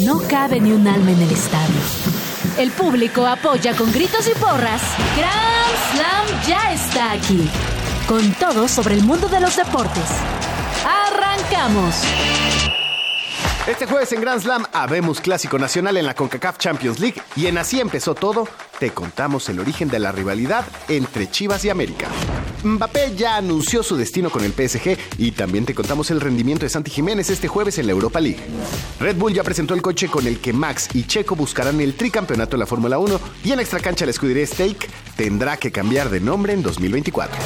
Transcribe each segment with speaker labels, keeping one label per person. Speaker 1: No cabe ni un alma en el estadio. El público apoya con gritos y porras. Grand Slam ya está aquí. Con todo sobre el mundo de los deportes. ¡Arrancamos!
Speaker 2: Este jueves en Grand Slam habemos clásico nacional en la CONCACAF Champions League y en Así empezó todo, te contamos el origen de la rivalidad entre Chivas y América. Mbappé ya anunció su destino con el PSG y también te contamos el rendimiento de Santi Jiménez este jueves en la Europa League. Red Bull ya presentó el coche con el que Max y Checo buscarán el tricampeonato de la Fórmula 1 y en extracancha la escudería Steak tendrá que cambiar de nombre en 2024.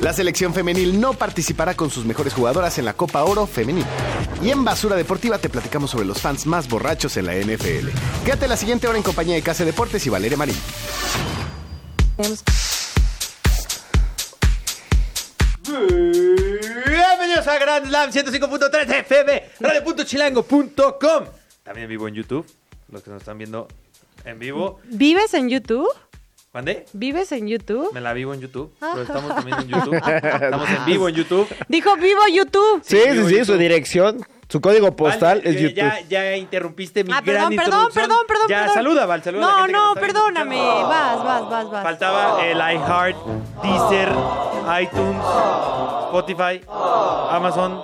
Speaker 2: La selección femenil no participará con sus mejores jugadoras en la Copa Oro femenil. Y en Basura Deportiva te platicamos sobre los fans más borrachos en la NFL. Quédate la siguiente hora en compañía de Casa Deportes y Valeria Marín.
Speaker 3: Bienvenidos a Grand Slam 105.3 FM, radio.chilango.com. También en vivo en YouTube, los que nos están viendo en vivo.
Speaker 4: ¿Vives en YouTube?
Speaker 3: ¿Mandé?
Speaker 4: ¿Vives en YouTube?
Speaker 3: Me la vivo en YouTube, pero estamos también en YouTube. Estamos en vivo en YouTube.
Speaker 4: Dijo vivo YouTube.
Speaker 5: Sí,
Speaker 3: vivo
Speaker 5: sí,
Speaker 3: en
Speaker 5: sí,
Speaker 3: YouTube.
Speaker 5: su dirección, su código postal
Speaker 3: Val,
Speaker 5: es
Speaker 3: eh,
Speaker 5: YouTube.
Speaker 3: Ya, ya interrumpiste mi
Speaker 4: Ah,
Speaker 3: gran
Speaker 4: perdón, perdón,
Speaker 3: introducción.
Speaker 4: perdón, perdón.
Speaker 3: Ya,
Speaker 4: perdón.
Speaker 3: saluda, Val, saluda a la
Speaker 4: No,
Speaker 3: gente que
Speaker 4: no,
Speaker 3: nos está
Speaker 4: perdóname.
Speaker 3: escuchando.
Speaker 4: Vas, vas, vas, vas.
Speaker 3: Faltaba el iHeart, Deezer, iTunes, Spotify, Amazon.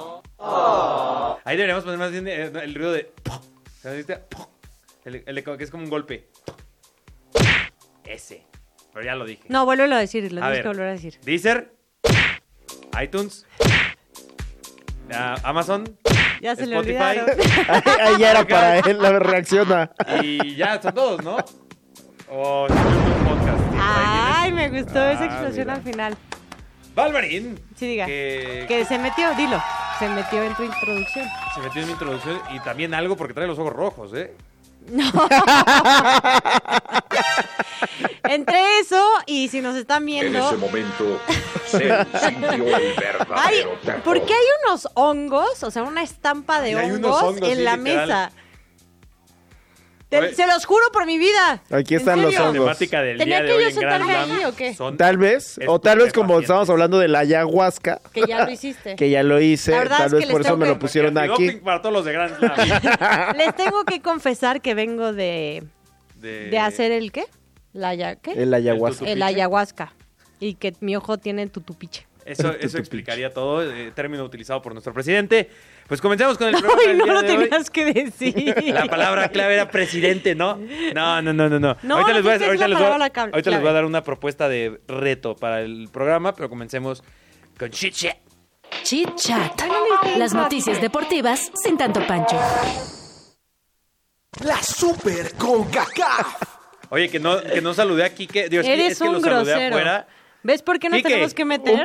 Speaker 3: Ahí deberíamos poner más bien eh, el ruido de... pop. ¿Sabes? Este, pop. El, el eco, que es como un golpe. Ese. Pero ya lo dije.
Speaker 4: No, vuélvelo a decir, lo
Speaker 3: A
Speaker 4: tienes
Speaker 3: ver,
Speaker 4: que volver a decir.
Speaker 3: Deezer, iTunes, ah, Amazon
Speaker 4: Ya se le
Speaker 3: Spotify.
Speaker 4: olvidaron.
Speaker 5: Ahí, ahí ya era para él, la reacciona.
Speaker 3: y ya son todos, ¿no? O YouTube Podcast. ¿sí? Por ahí
Speaker 4: Ay, me gustó esa
Speaker 3: Ah,
Speaker 4: explosión
Speaker 3: mira.
Speaker 4: al final.
Speaker 3: tienes. Valmarín.
Speaker 4: Sí, diga.
Speaker 3: Que,
Speaker 4: Que se metió, dilo. Se metió en tu introducción.
Speaker 3: se metió en mi introducción y también algo porque trae los ojos rojos, ¿eh?
Speaker 4: Entre eso y si nos están
Speaker 6: En
Speaker 4: viendo.
Speaker 6: ese momento se sintió el verdadero
Speaker 4: Ay,
Speaker 6: terror.
Speaker 4: ¿por qué hay unos hongos? O sea, una estampa de
Speaker 3: Y hay
Speaker 4: hongos,
Speaker 3: unos hongos,
Speaker 4: en
Speaker 3: sí,
Speaker 4: la
Speaker 3: literal.
Speaker 4: mesa.
Speaker 3: A
Speaker 4: Te-
Speaker 3: ver.
Speaker 4: se los juro por mi vida.
Speaker 5: Aquí
Speaker 4: ¿En
Speaker 5: están los
Speaker 4: serio?
Speaker 3: La
Speaker 5: hongos.
Speaker 3: temática del día
Speaker 4: ¿Tenía
Speaker 3: de
Speaker 4: que
Speaker 3: hoy
Speaker 4: yo
Speaker 3: en Grand
Speaker 4: sentarme ahí
Speaker 3: Slam
Speaker 4: o qué?
Speaker 3: son
Speaker 5: Tal vez, o tal vez como estábamos hablando de la ayahuasca,
Speaker 4: Que ya lo hiciste.
Speaker 5: que ya lo hice,
Speaker 4: La verdad
Speaker 5: tal
Speaker 4: es
Speaker 5: vez
Speaker 4: que
Speaker 5: por
Speaker 4: les
Speaker 5: eso
Speaker 4: tengo
Speaker 5: me
Speaker 4: que-
Speaker 5: lo pusieron aquí.
Speaker 3: Para todos los de Grand Slam.
Speaker 4: Les tengo que confesar que vengo de,
Speaker 3: ¿eh? De,
Speaker 4: de hacer el qué? La haya- ¿qué?
Speaker 5: El ayahuasca.
Speaker 3: tutupiche.
Speaker 4: El ayahuasca. Y que mi ojo tiene tutupiche.
Speaker 3: Eso, eso explicaría todo, eh, término utilizado por nuestro presidente. Pues comencemos con el programa
Speaker 4: Ay,
Speaker 3: del
Speaker 4: no
Speaker 3: día
Speaker 4: lo
Speaker 3: de hoy.
Speaker 4: tenías que decir.
Speaker 3: La palabra clave era presidente, ¿no? No, no, no, no. no.
Speaker 4: No,
Speaker 3: ahorita les voy a,
Speaker 4: dijiste es
Speaker 3: ahorita
Speaker 4: la
Speaker 3: les voy a-
Speaker 4: palabra cab-
Speaker 3: ahorita les voy a
Speaker 4: clave.
Speaker 3: dar una propuesta de reto para el programa, pero comencemos con shit shit.
Speaker 1: Chit Chat. Las noticias deportivas sin tanto pancho.
Speaker 2: La Super CONCACAF.
Speaker 3: Oye, que no, que no saludé a Kike. Digo, es que-
Speaker 4: Eres
Speaker 3: es que
Speaker 4: un
Speaker 3: lo saludé
Speaker 4: grosero.
Speaker 3: afuera.
Speaker 4: ¿Ves por qué nos
Speaker 3: Quique,
Speaker 4: tenemos que meter?
Speaker 5: Un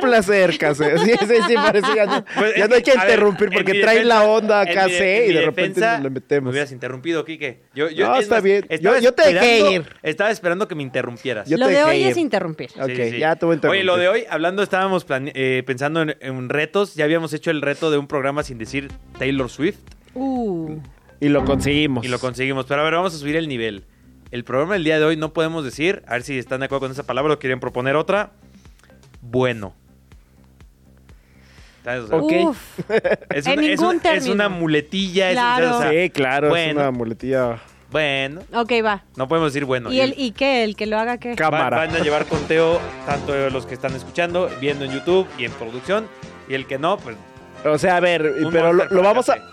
Speaker 5: placer, Case. Sí, sí, sí, parece ya no,
Speaker 3: Pues,
Speaker 5: ya
Speaker 3: es
Speaker 5: no hay que
Speaker 3: a ver,
Speaker 5: interrumpir
Speaker 3: en
Speaker 5: porque
Speaker 3: mi
Speaker 5: trae
Speaker 3: defensa-
Speaker 5: la onda
Speaker 3: en mi de-
Speaker 5: Case
Speaker 3: en
Speaker 5: y
Speaker 3: mi
Speaker 5: de repente
Speaker 3: defensa,
Speaker 5: nos lo
Speaker 3: Me
Speaker 5: metemos.
Speaker 3: hubieras interrumpido, Quique. Yo, yo-
Speaker 5: No,
Speaker 3: es
Speaker 5: está
Speaker 3: más,
Speaker 5: bien. Yo-
Speaker 3: estaba
Speaker 5: yo te dejé
Speaker 3: esperando-
Speaker 5: ir.
Speaker 3: Estaba esperando que me interrumpieras.
Speaker 5: Yo
Speaker 4: lo
Speaker 5: te
Speaker 4: de
Speaker 5: dejé
Speaker 4: hoy
Speaker 5: ir.
Speaker 4: es interrumpir.
Speaker 5: Ok,
Speaker 3: Sí, sí.
Speaker 5: ya te voy
Speaker 3: Oye,
Speaker 5: a interrumpir.
Speaker 3: lo de hoy, hablando, estábamos plane- eh, pensando en, en retos. Ya habíamos hecho el reto de un programa sin decir Taylor Swift
Speaker 4: Uh,
Speaker 5: Y lo conseguimos.
Speaker 3: y lo conseguimos. Pero a ver, vamos a subir el nivel. El programa del día de hoy no podemos decir, a ver si están de acuerdo con esa palabra o quieren proponer otra. Bueno. ¿Sabes? O sea,
Speaker 5: Ok.
Speaker 4: Uf.
Speaker 3: Es
Speaker 4: En
Speaker 3: una, es
Speaker 4: ningún
Speaker 3: una- es
Speaker 4: término.
Speaker 3: una muletilla. es-
Speaker 4: Claro.
Speaker 3: o sea,
Speaker 5: Sí, claro, es
Speaker 3: bueno.
Speaker 5: una muletilla.
Speaker 3: Bueno,
Speaker 4: Ok, va.
Speaker 3: no podemos decir bueno.
Speaker 4: ¿Y, el, ¿Y qué? ¿El que lo haga qué?
Speaker 5: Ca-
Speaker 3: Va-
Speaker 5: Cámara.
Speaker 3: Van a llevar conteo tanto de los que están escuchando, viendo en YouTube y en producción. Y el que no, pues.
Speaker 5: O sea, a ver,
Speaker 3: un
Speaker 5: pero lo,
Speaker 3: Monster
Speaker 5: lo
Speaker 3: para
Speaker 5: vamos a.
Speaker 3: café.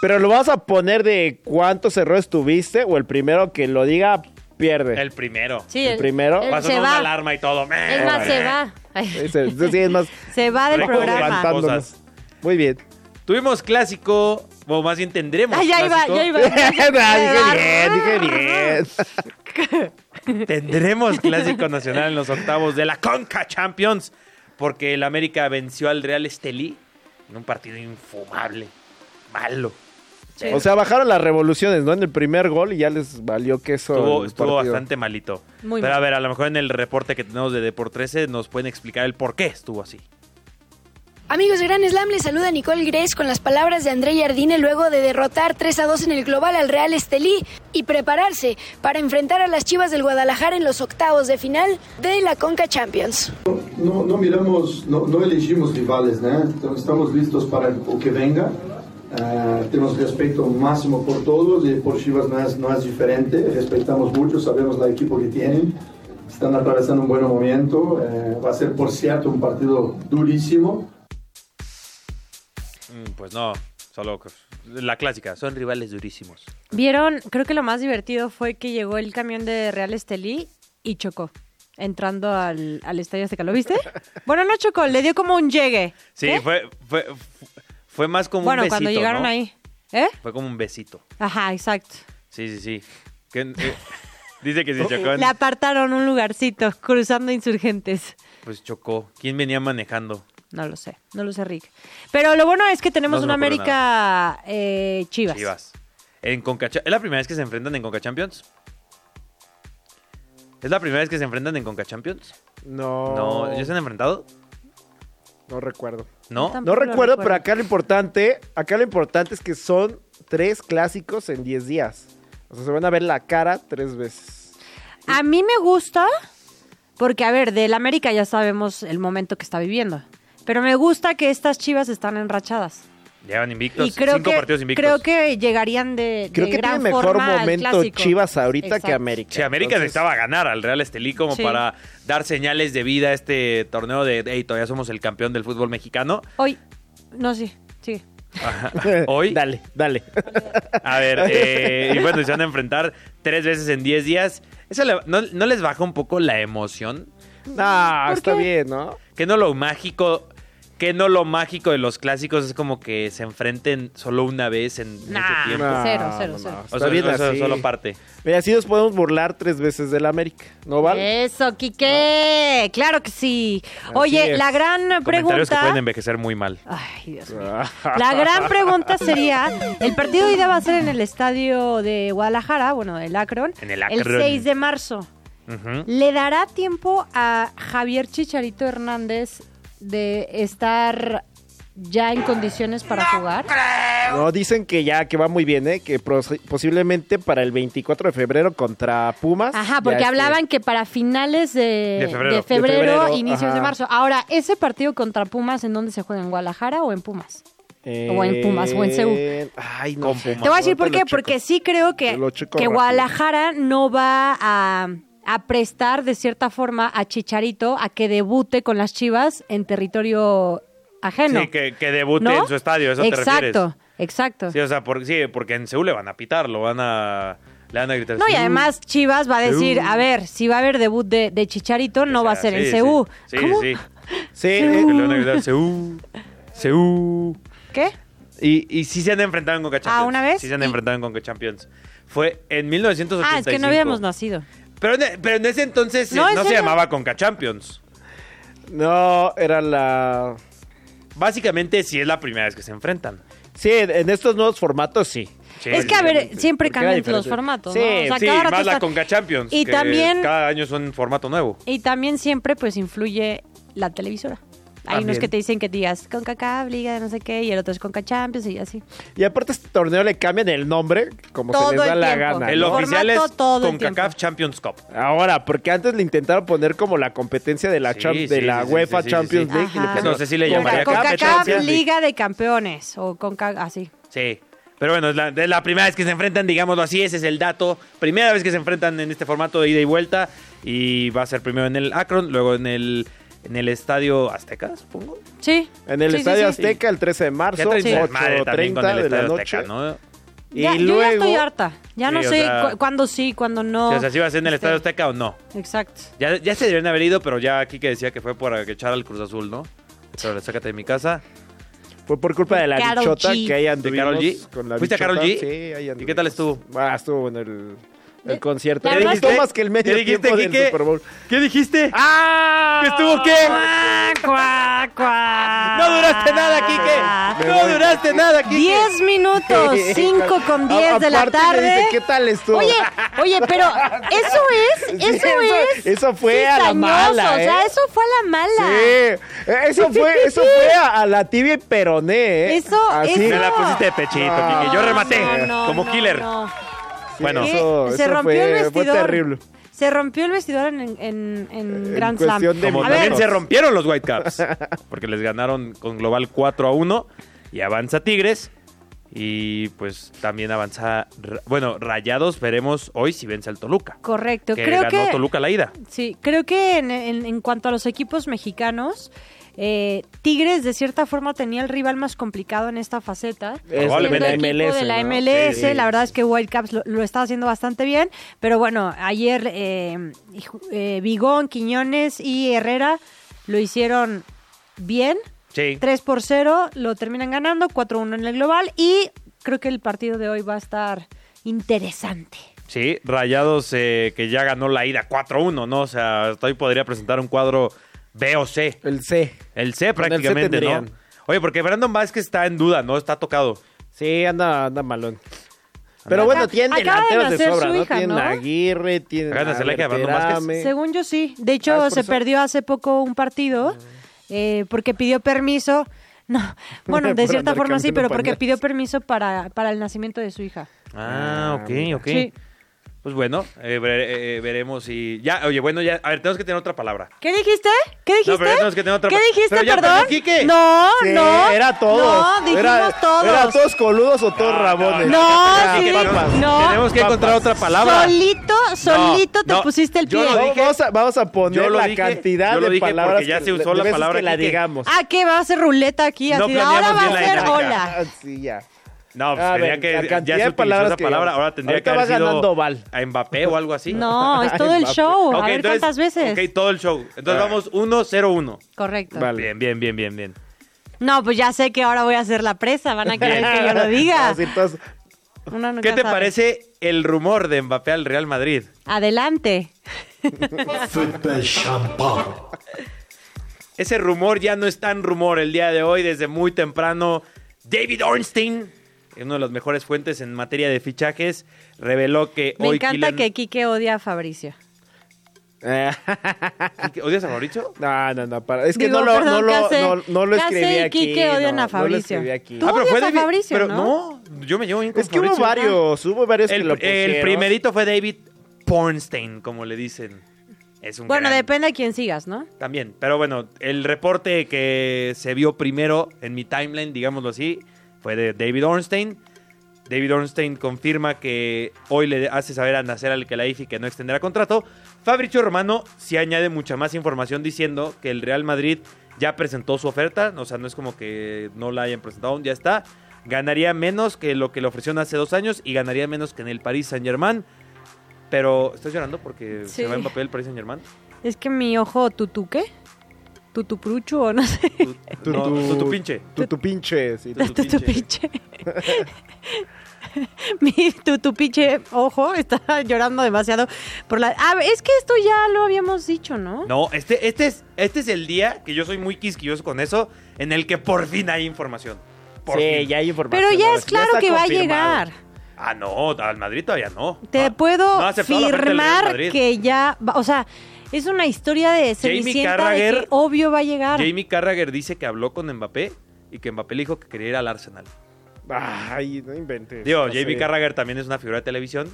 Speaker 5: Pero lo vas a poner de cuántos errores tuviste o el primero que lo diga pierde.
Speaker 3: El primero.
Speaker 4: Sí,
Speaker 5: el primero.
Speaker 4: el
Speaker 3: Va a
Speaker 4: se
Speaker 3: sonar una
Speaker 4: va.
Speaker 3: alarma y todo.
Speaker 4: Es más,
Speaker 3: Eh,
Speaker 4: se va.
Speaker 5: Ese- ese sí es más
Speaker 4: Se va del
Speaker 3: Recuerda
Speaker 4: programa.
Speaker 3: levantar.
Speaker 5: levantándonos. Muy bien.
Speaker 3: Tuvimos clásico, o más bien tendremos.
Speaker 4: Ah, ya iba,
Speaker 3: clásico.
Speaker 4: ya iba.
Speaker 5: Ah, dije bien, dije bien.
Speaker 3: Tendremos clásico nacional en los octavos de la Conca Champions. Porque el América venció al Real Estelí en un partido infumable. Malo.
Speaker 5: O sea, bajaron las revoluciones, ¿no? En el primer gol y ya les valió queso.
Speaker 3: Estuvo,
Speaker 5: el
Speaker 3: estuvo
Speaker 5: partido.
Speaker 3: bastante malito.
Speaker 4: Muy
Speaker 3: Pero a
Speaker 4: mal.
Speaker 3: ver, a lo mejor en el reporte que tenemos de Deport 13 nos pueden explicar el por qué estuvo así.
Speaker 7: Amigos de Gran Slam, les saluda Nicole Gres con las palabras de André Jardine luego de derrotar 3 a 2 en el global al Real Estelí y prepararse para enfrentar a las Chivas del Guadalajara en los octavos de final de la Conca Champions.
Speaker 8: no, no miramos, no, no elegimos rivales, né? Então estamos listos para o que venga. Ah, temos respeito máximo por todos e por Chivas não é, não é diferente. Respeitamos muito, sabemos a equipe que têm. Estão atravessando um bom momento. Eh, vai ser, por certo, um partido duríssimo.
Speaker 3: Mm, Pues no, solo que- la clásica, son rivales durísimos.
Speaker 4: Vieron, creo que lo más divertido fue que llegó el camión de Real Estelí y chocó. Entrando al, al estadio Azteca, ¿lo viste? Bueno, no chocó, le dio como un llegue.
Speaker 3: Sí,
Speaker 4: ¿Eh?
Speaker 3: fue, fue, fue más como
Speaker 4: Bueno,
Speaker 3: un besito.
Speaker 4: cuando llegaron
Speaker 3: ¿no?
Speaker 4: ahí. ¿Eh?
Speaker 3: Fue como un besito.
Speaker 4: Ajá, exacto.
Speaker 3: Sí, sí, sí. Que- eh, dice que si chocó, en-
Speaker 4: Le apartaron un lugarcito cruzando insurgentes.
Speaker 3: pues chocó. ¿Quién venía manejando?
Speaker 4: No lo sé, no lo sé, Rick. Pero lo bueno es que tenemos
Speaker 3: No se
Speaker 4: una
Speaker 3: me ocurre
Speaker 4: América eh, Chivas.
Speaker 3: Chivas. En Concacha- ¿Es la primera vez que se enfrentan en Conca Champions? ¿Es la primera vez que se enfrentan en Conca Champions?
Speaker 5: No.
Speaker 3: No, ¿ya se han enfrentado?
Speaker 5: No recuerdo.
Speaker 3: No.
Speaker 4: Tampoco lo
Speaker 5: No recuerdo, pero
Speaker 4: recuerdo.
Speaker 5: acá lo importante, acá lo importante es que son tres clásicos en 10 días. O sea, se van a ver la cara tres veces.
Speaker 4: A mí me gusta, porque a ver, del América ya sabemos el momento que está viviendo. Pero me gusta que estas Chivas están enrachadas.
Speaker 3: Llevan invictos.
Speaker 4: y creo
Speaker 3: cinco
Speaker 4: que,
Speaker 3: partidos invictos.
Speaker 4: creo que llegarían de,
Speaker 5: Creo
Speaker 4: de
Speaker 5: que tiene
Speaker 4: gran
Speaker 5: mejor
Speaker 4: forma al
Speaker 5: momento
Speaker 4: clásico.
Speaker 5: Chivas ahorita que
Speaker 4: Exacto.
Speaker 5: América.
Speaker 3: Sí, América
Speaker 5: Entonces,
Speaker 3: necesitaba ganar al Real Estelí como
Speaker 4: Sí.
Speaker 3: para dar señales de vida a este torneo de, hey, todavía somos el campeón del fútbol mexicano.
Speaker 4: Hoy, no sé, sí,
Speaker 3: Hoy,
Speaker 5: Dale, dale.
Speaker 3: a ver, eh, y bueno, se van a enfrentar tres veces en 10 días. ¿Eso le- no, no les baja un poco la emoción?
Speaker 5: no,
Speaker 4: ¿Por
Speaker 5: está
Speaker 4: qué?
Speaker 5: bien, ¿no?
Speaker 3: Que no lo mágico, que no lo mágico de los clásicos es como que se enfrenten solo una vez en mucho
Speaker 4: Nah.
Speaker 3: tiempo.
Speaker 5: No,
Speaker 4: Ah, Cero, cero,
Speaker 5: no,
Speaker 4: cero.
Speaker 5: no,
Speaker 4: O
Speaker 3: O
Speaker 5: Está
Speaker 3: sea,
Speaker 5: bien
Speaker 3: o sea,
Speaker 5: así.
Speaker 3: solo parte.
Speaker 5: Mira, así nos podemos burlar tres veces del América, ¿no vale?
Speaker 4: Eso, Quique. Claro que sí. Oye,
Speaker 5: es.
Speaker 4: la gran
Speaker 3: Comentarios que
Speaker 4: pregunta.
Speaker 3: pueden em- envejecer muy mal.
Speaker 4: Ay, Dios mío. La gran pregunta sería, el partido de ida va a ser en el estadio de Guadalajara, bueno, el Akron,
Speaker 3: En el Akron.
Speaker 4: 6 de marzo.
Speaker 3: Ujú.
Speaker 4: ¿Le dará tiempo a Javier Chicharito Hernández de estar ya en condiciones para jugar?
Speaker 5: No, dicen que ya, que va muy bien, ¿eh? Que pros- posiblemente para el 24 de febrero contra Pumas.
Speaker 4: Ajá, porque
Speaker 5: ya este, esté.
Speaker 4: hablaban que para finales de,
Speaker 3: De febrero.
Speaker 4: de febrero,
Speaker 5: De febrero,
Speaker 4: inicios de
Speaker 5: ajá.
Speaker 4: marzo. Ahora, ¿ese partido contra Pumas en dónde se juega? ¿En Guadalajara o en Pumas? O en Pumas, o en CU.
Speaker 5: eh, Ay, no.
Speaker 3: Con
Speaker 5: sé.
Speaker 3: Pumas.
Speaker 4: Te voy a decir por
Speaker 5: Ahorita
Speaker 4: qué,
Speaker 5: lo
Speaker 4: porque
Speaker 5: checo.
Speaker 4: sí creo que,
Speaker 5: Lo checo
Speaker 4: que
Speaker 5: rápido.
Speaker 4: Guadalajara no va a, a prestar de cierta forma a Chicharito a que debute con las Chivas en territorio ajeno.
Speaker 3: Sí, que, que debute
Speaker 4: ¿no?
Speaker 3: en su estadio, ¿a eso
Speaker 4: exacto,
Speaker 3: te refieres.
Speaker 4: Exacto,
Speaker 3: Sí, o sea, por- sí, porque en Seúl le van a pitar, lo van a. Le van a gritar.
Speaker 4: No, y
Speaker 3: "Seúl".
Speaker 4: además Chivas va a decir,
Speaker 3: Uh.
Speaker 4: a ver, si va a haber debut de, de Chicharito, no
Speaker 3: O
Speaker 4: va a
Speaker 3: sea,
Speaker 4: ser
Speaker 3: sí,
Speaker 4: en CU.
Speaker 3: Sí, sí,
Speaker 4: ¿Cómo?
Speaker 3: sí.
Speaker 5: Sí,
Speaker 3: Sí,
Speaker 5: eh,
Speaker 3: porque le van a gritar "Seúl, Seúl".
Speaker 4: ¿Qué?
Speaker 3: Y, y sí se han enfrentado en Conca Champions.
Speaker 4: ¿Ah, ¿una vez?
Speaker 3: Sí se han
Speaker 4: Y-
Speaker 3: enfrentado en Conca Champions. Fue en
Speaker 4: Ah,
Speaker 3: 1985.
Speaker 4: es que no habíamos nacido.
Speaker 3: Pero en, pero en ese entonces eh,
Speaker 4: No,
Speaker 3: no,
Speaker 4: ¿en
Speaker 3: se
Speaker 4: serio?
Speaker 3: llamaba Conca Champions.
Speaker 5: no, era la...
Speaker 3: Básicamente sí es la primera vez que se enfrentan.
Speaker 5: Sí, en en estos nuevos formatos sí.
Speaker 3: Sí,
Speaker 4: es que, a ver,
Speaker 5: Porque
Speaker 4: siempre
Speaker 5: era
Speaker 4: cambian los
Speaker 5: diferente.
Speaker 4: formatos,
Speaker 5: Sí,
Speaker 4: ¿no? O sea,
Speaker 3: sí,
Speaker 4: cada rato
Speaker 3: más la
Speaker 4: está-
Speaker 3: Conca Champions.
Speaker 4: Y
Speaker 3: que
Speaker 4: también-
Speaker 3: Cada año es un formato nuevo.
Speaker 4: Y también siempre pues influye la televisora. Hay unos
Speaker 3: También.
Speaker 4: que te dicen que digas con Cacab, Liga de no sé qué, y el otro es con Champions y así.
Speaker 5: Y aparte este torneo le cambian el nombre como
Speaker 4: Todo
Speaker 5: se les da
Speaker 4: el
Speaker 5: la
Speaker 4: tiempo.
Speaker 5: gana.
Speaker 3: El
Speaker 5: ¿no?
Speaker 4: Formato
Speaker 3: oficial es
Speaker 4: todo el
Speaker 3: CONCACAF Champions Cup.
Speaker 5: Ahora, porque antes le intentaron poner como la competencia de la,
Speaker 3: Sí,
Speaker 5: Cham-
Speaker 3: sí,
Speaker 5: de la
Speaker 3: sí, sí,
Speaker 5: UEFA
Speaker 3: sí, sí,
Speaker 5: Champions
Speaker 3: sí.
Speaker 5: League. y le
Speaker 4: Ajá.
Speaker 5: pusieron
Speaker 3: No sé si le
Speaker 5: Conca-
Speaker 3: llamaría
Speaker 4: Con Cacab,
Speaker 3: competencia, sí.
Speaker 4: Liga de Campeones, o con así.
Speaker 3: Sí. Pero bueno, es la, es la primera vez que se enfrentan, digámoslo así, ese es el dato. Primera vez que se enfrentan en este formato de ida y vuelta. Y va a ser primero en el Akron, luego en el, en el Estadio Azteca, supongo.
Speaker 4: Sí.
Speaker 5: En el
Speaker 4: Sí, sí,
Speaker 5: Estadio
Speaker 4: sí.
Speaker 5: Azteca el 13 de marzo,
Speaker 3: Ya traen su desmadre también con
Speaker 5: 8.30
Speaker 3: el
Speaker 5: de la
Speaker 3: Estadio
Speaker 5: noche.
Speaker 3: Azteca, ¿no? Sí,
Speaker 5: Y
Speaker 4: Ya-
Speaker 5: luego,
Speaker 4: Yo ya estoy harta. Ya
Speaker 3: Sí,
Speaker 4: no
Speaker 3: o
Speaker 4: sé
Speaker 3: sea-
Speaker 4: cu- cuándo sí, cuándo no.
Speaker 3: o sea, si va a ser en el
Speaker 4: Este,
Speaker 3: Estadio Azteca o no.
Speaker 4: Exacto.
Speaker 3: Ya, ya se deberían haber ido, pero ya aquí que decía que fue para que echar al Cruz Azul, ¿no? Pero sácate de mi casa.
Speaker 5: fue por culpa de la
Speaker 4: Karol
Speaker 5: bichota
Speaker 4: G.
Speaker 5: que ahí
Speaker 3: ¿De
Speaker 5: anduvimos.
Speaker 3: Karol G?
Speaker 5: Con la
Speaker 3: ¿Fuiste a
Speaker 5: bichota.
Speaker 3: Karol G?
Speaker 5: Sí, ahí anduvimos.
Speaker 3: ¿Y qué tal estuvo?
Speaker 5: Ah, estuvo bueno el, el
Speaker 4: Eh,
Speaker 5: concierto.
Speaker 4: la
Speaker 5: Me
Speaker 4: verdad
Speaker 5: gustó
Speaker 4: es que-
Speaker 5: más que el medio
Speaker 3: ¿Qué dijiste,
Speaker 5: tiempo del
Speaker 3: Quique?
Speaker 5: Super Bowl.
Speaker 3: ¿Qué dijiste?
Speaker 5: ¡Ah!
Speaker 3: ¿Que estuvo qué? ¡No duraste nada, Quique!
Speaker 5: Me
Speaker 3: ¡No
Speaker 5: voy.
Speaker 3: duraste nada, Quique!
Speaker 4: 10 minutos, 5 con 10 de la
Speaker 5: Aparte me
Speaker 4: tarde.
Speaker 5: dice, ¿qué tal estuvo?
Speaker 4: Oye, oye, pero eso es,
Speaker 5: Sí,
Speaker 4: eso
Speaker 5: eso-
Speaker 4: es.
Speaker 5: eso fue a la
Speaker 4: cizañoso,
Speaker 5: mala,
Speaker 4: O sea,
Speaker 5: ¿eh?
Speaker 4: eso fue a la mala.
Speaker 5: Sí, eh, eso fue, eso fue a, a la tibia y peroné, ¿eh?
Speaker 4: Eso-
Speaker 5: Así.
Speaker 4: eso- eh,
Speaker 3: Me la pusiste de pechito,
Speaker 5: No,
Speaker 3: Quique. Yo rematé
Speaker 4: Ah, No, no,
Speaker 3: como
Speaker 4: no,
Speaker 3: killer.
Speaker 4: no.
Speaker 5: Sí,
Speaker 3: Bueno.
Speaker 5: eso,
Speaker 4: Eh,
Speaker 5: eso fue, fue terrible.
Speaker 4: Se rompió el vestidor en, en, en
Speaker 5: En
Speaker 4: Grand Slam.
Speaker 5: cuestión de
Speaker 3: Como
Speaker 5: A
Speaker 3: también
Speaker 5: ver.
Speaker 3: se rompieron los Whitecaps. Porque les ganaron con global 4 a 1 y avanza Tigres. Y pues también avanza, Ra- bueno, Rayados veremos hoy si vence al Toluca.
Speaker 4: Correcto.
Speaker 3: que
Speaker 4: creo
Speaker 3: ganó
Speaker 4: que.
Speaker 3: Toluca la ida.
Speaker 4: Sí, creo que en, en- en cuanto a los equipos mexicanos, eh, Tigres de cierta forma tenía el rival más complicado en esta faceta.
Speaker 5: Probablemente
Speaker 4: Siendo
Speaker 5: la
Speaker 4: equipo
Speaker 5: MLS,
Speaker 4: de la
Speaker 5: ¿no?
Speaker 4: MLS,
Speaker 5: Sí.
Speaker 4: la verdad es que Whitecaps lo, lo está haciendo bastante bien, pero bueno, ayer eh, hijo- eh, Bigón, Quiñones y Herrera lo hicieron bien.
Speaker 3: Sí.
Speaker 4: 3 por 0 lo terminan ganando, 4-1 en el global y creo que el partido de hoy va a estar interesante.
Speaker 3: Sí, Rayados eh, que ya ganó la ida 4-1, ¿no? O sea, hasta hoy podría presentar un cuadro B o C.
Speaker 5: El C.
Speaker 3: El C
Speaker 5: Con el C
Speaker 3: prácticamente, ¿no?
Speaker 5: tendrían.
Speaker 3: Oye, porque Brandon Vázquez está en duda, ¿no? Está tocado.
Speaker 5: Sí, anda, anda malón. Pero bueno, tiene
Speaker 4: acaba de
Speaker 5: delanteros de
Speaker 4: nacer
Speaker 5: sobra,
Speaker 4: su
Speaker 5: ¿no?
Speaker 4: hija,
Speaker 5: Tienen
Speaker 4: ¿no?
Speaker 5: a Aguirre, tienen
Speaker 3: Acaba de
Speaker 5: a
Speaker 3: nacer la hija de Brandon
Speaker 5: Berterame.
Speaker 4: Según yo sí. De
Speaker 5: Ah, ¿es
Speaker 4: hecho,
Speaker 5: por
Speaker 4: se
Speaker 5: eso? Ah.
Speaker 4: perdió hace poco un partido eh, porque pidió permiso. No, bueno, de
Speaker 5: Por
Speaker 4: cierta
Speaker 5: andar
Speaker 4: forma sí,
Speaker 5: cambiando
Speaker 4: pero porque
Speaker 5: pañales.
Speaker 4: pidió permiso para, para el nacimiento de su hija.
Speaker 3: Ah, ok, ok.
Speaker 4: Sí.
Speaker 3: Pues bueno, eh, vere- eh, veremos si... Ya, oye, bueno, ya... A ver, tenemos que tener otra palabra.
Speaker 4: ¿Qué dijiste? ¿Qué dijiste?
Speaker 3: pero tenemos que tener otra
Speaker 4: ¿Qué
Speaker 3: pa-
Speaker 4: dijiste,
Speaker 3: Pero ya
Speaker 4: perdón?
Speaker 3: empezó Quique.
Speaker 4: No,
Speaker 5: Sí,
Speaker 4: no.
Speaker 5: Era todos.
Speaker 4: No, dijimos
Speaker 5: era,
Speaker 4: todos.
Speaker 5: Era todos coludos o todos rabones.
Speaker 4: No,
Speaker 5: Era
Speaker 4: sí, di-
Speaker 5: papas.
Speaker 4: no.
Speaker 3: Tenemos que encontrar
Speaker 5: Papas.
Speaker 3: otra palabra.
Speaker 4: Solito, solito te
Speaker 3: no,
Speaker 4: pusiste el
Speaker 3: yo
Speaker 4: pie.
Speaker 3: lo dije.
Speaker 5: Vamos a, vamos a
Speaker 3: Yo
Speaker 5: poner
Speaker 3: lo
Speaker 5: la
Speaker 3: dije, yo
Speaker 5: cantidad
Speaker 3: lo
Speaker 5: de
Speaker 3: dije porque
Speaker 5: palabras.
Speaker 3: ya
Speaker 5: que-
Speaker 3: se usó
Speaker 5: de
Speaker 3: la
Speaker 5: veces
Speaker 3: palabra
Speaker 5: que la
Speaker 3: Quique.
Speaker 5: digamos.
Speaker 4: Ah, ¿qué? ¿Va a hacer ruleta aquí?
Speaker 3: No
Speaker 4: Así de, ahora va
Speaker 3: planeamos
Speaker 4: a
Speaker 3: bien la
Speaker 4: ser
Speaker 3: dinámica.
Speaker 4: hola.
Speaker 5: sí, ya.
Speaker 3: No, pues
Speaker 5: A
Speaker 3: tenía
Speaker 5: ver,
Speaker 3: que...
Speaker 5: la
Speaker 3: Ya
Speaker 5: cantidad
Speaker 3: se
Speaker 5: de
Speaker 3: utilizó
Speaker 5: palabras
Speaker 3: esa
Speaker 5: que
Speaker 3: palabra,
Speaker 5: digamos.
Speaker 3: ahora tendría
Speaker 5: Ahorita
Speaker 3: que haber
Speaker 5: va
Speaker 3: sido
Speaker 5: ganando Val.
Speaker 3: a Mbappé o algo así.
Speaker 4: No, es todo el
Speaker 5: Mbappé.
Speaker 4: show.
Speaker 3: pues. Ok,
Speaker 4: a ver
Speaker 3: entonces-
Speaker 4: cuántas veces.
Speaker 3: Ok, todo el show. Entonces vamos 1-0-1.
Speaker 4: Correcto.
Speaker 5: Ah. Vale.
Speaker 3: Bien, bien, bien, bien, bien.
Speaker 4: No, pues ya sé que ahora voy a hacer la presa, van a querer que yo lo diga.
Speaker 5: Así, entonces,
Speaker 4: Uno nunca
Speaker 3: ¿Qué te
Speaker 4: sabe.
Speaker 3: parece el rumor de Mbappé al Real Madrid?
Speaker 4: Adelante.
Speaker 3: Ese rumor ya no es tan rumor el día de hoy, desde muy temprano. David Ornstein, uno de los mejores fuentes en materia de fichajes, reveló que
Speaker 4: Me
Speaker 3: hoy
Speaker 4: encanta
Speaker 3: Kylian-
Speaker 4: que Quique odia a Fabricio.
Speaker 5: eh,
Speaker 3: ¿Qui- ¿Ah, ¿Odias a Mauricio?
Speaker 5: no, no, no, para. Es que
Speaker 4: Digo,
Speaker 5: no, lo, no,
Speaker 4: perdón,
Speaker 5: lo,
Speaker 4: Case-
Speaker 5: no, no lo
Speaker 4: Case y
Speaker 5: escribí aquí.
Speaker 4: Quique odian
Speaker 5: no,
Speaker 4: a
Speaker 5: No lo
Speaker 4: Fabricio.
Speaker 5: escribí aquí.
Speaker 3: Ah,
Speaker 5: Ah,
Speaker 4: Tú odias a Fabricio,
Speaker 3: pero
Speaker 4: ¿no?
Speaker 3: yo me llevo bien con
Speaker 5: Es que hubo
Speaker 3: Fabricio.
Speaker 5: varios, hubo varios que
Speaker 3: El,
Speaker 5: lo
Speaker 3: el
Speaker 5: pusieron.
Speaker 3: primerito fue David Pornstein, como le dicen. Es un
Speaker 4: Bueno,
Speaker 3: gran-
Speaker 4: depende a quién sigas, ¿no?
Speaker 3: También, pero bueno, el reporte que se vio primero en mi timeline, digámoslo así, fue de David Ornstein. David Ornstein confirma que hoy le hace saber a Nasser Al-Khelaifi que no extenderá contrato. Fabricio Romano sí añade mucha más información diciendo que el Real Madrid ya presentó su oferta, o sea, no es como que no la hayan presentado aún, ya está. Ganaría menos que lo que le ofrecieron hace dos años y ganaría menos que en el Paris Saint-Germain. Pero, ¿estás llorando porque
Speaker 4: Sí.
Speaker 3: se va en papel el Paris Saint-Germain?
Speaker 4: Es que mi ojo tutuque, tutuprucho o no sé,
Speaker 3: Tú-
Speaker 5: Tu-
Speaker 3: no,
Speaker 5: tu-
Speaker 3: tú- tú pinche.
Speaker 5: Tu, tu pinche. sí, tu-
Speaker 4: tutupiche. mi tutupiche ojo está llorando demasiado por la... Ah, es que esto ya lo habíamos dicho, ¿no?
Speaker 3: No, este, este, es, este es el día que yo soy muy quisquilloso con eso, en el que por fin hay información. Por
Speaker 5: Sí,
Speaker 3: fin.
Speaker 5: ya hay información.
Speaker 4: Pero ya
Speaker 5: ahora
Speaker 4: es
Speaker 5: sí,
Speaker 4: claro
Speaker 5: está
Speaker 4: que va a
Speaker 5: confirmado.
Speaker 4: llegar.
Speaker 3: Ah, no, al Madrid todavía no.
Speaker 4: Te
Speaker 3: No,
Speaker 4: puedo
Speaker 3: Ah, no ha aceptado la oferta del Real
Speaker 4: firmar
Speaker 3: Madrid.
Speaker 4: que ya, va- o sea, es una historia de Cenicienta de que
Speaker 3: Carragher-
Speaker 4: obvio va a llegar.
Speaker 3: Jamie Carragher dice que habló con Mbappé y que Mbappé le dijo que quería ir al Arsenal.
Speaker 5: Ay, no inventes.
Speaker 3: Digo,
Speaker 5: No
Speaker 3: Jamie
Speaker 5: sé.
Speaker 3: Carragher también es una figura de televisión.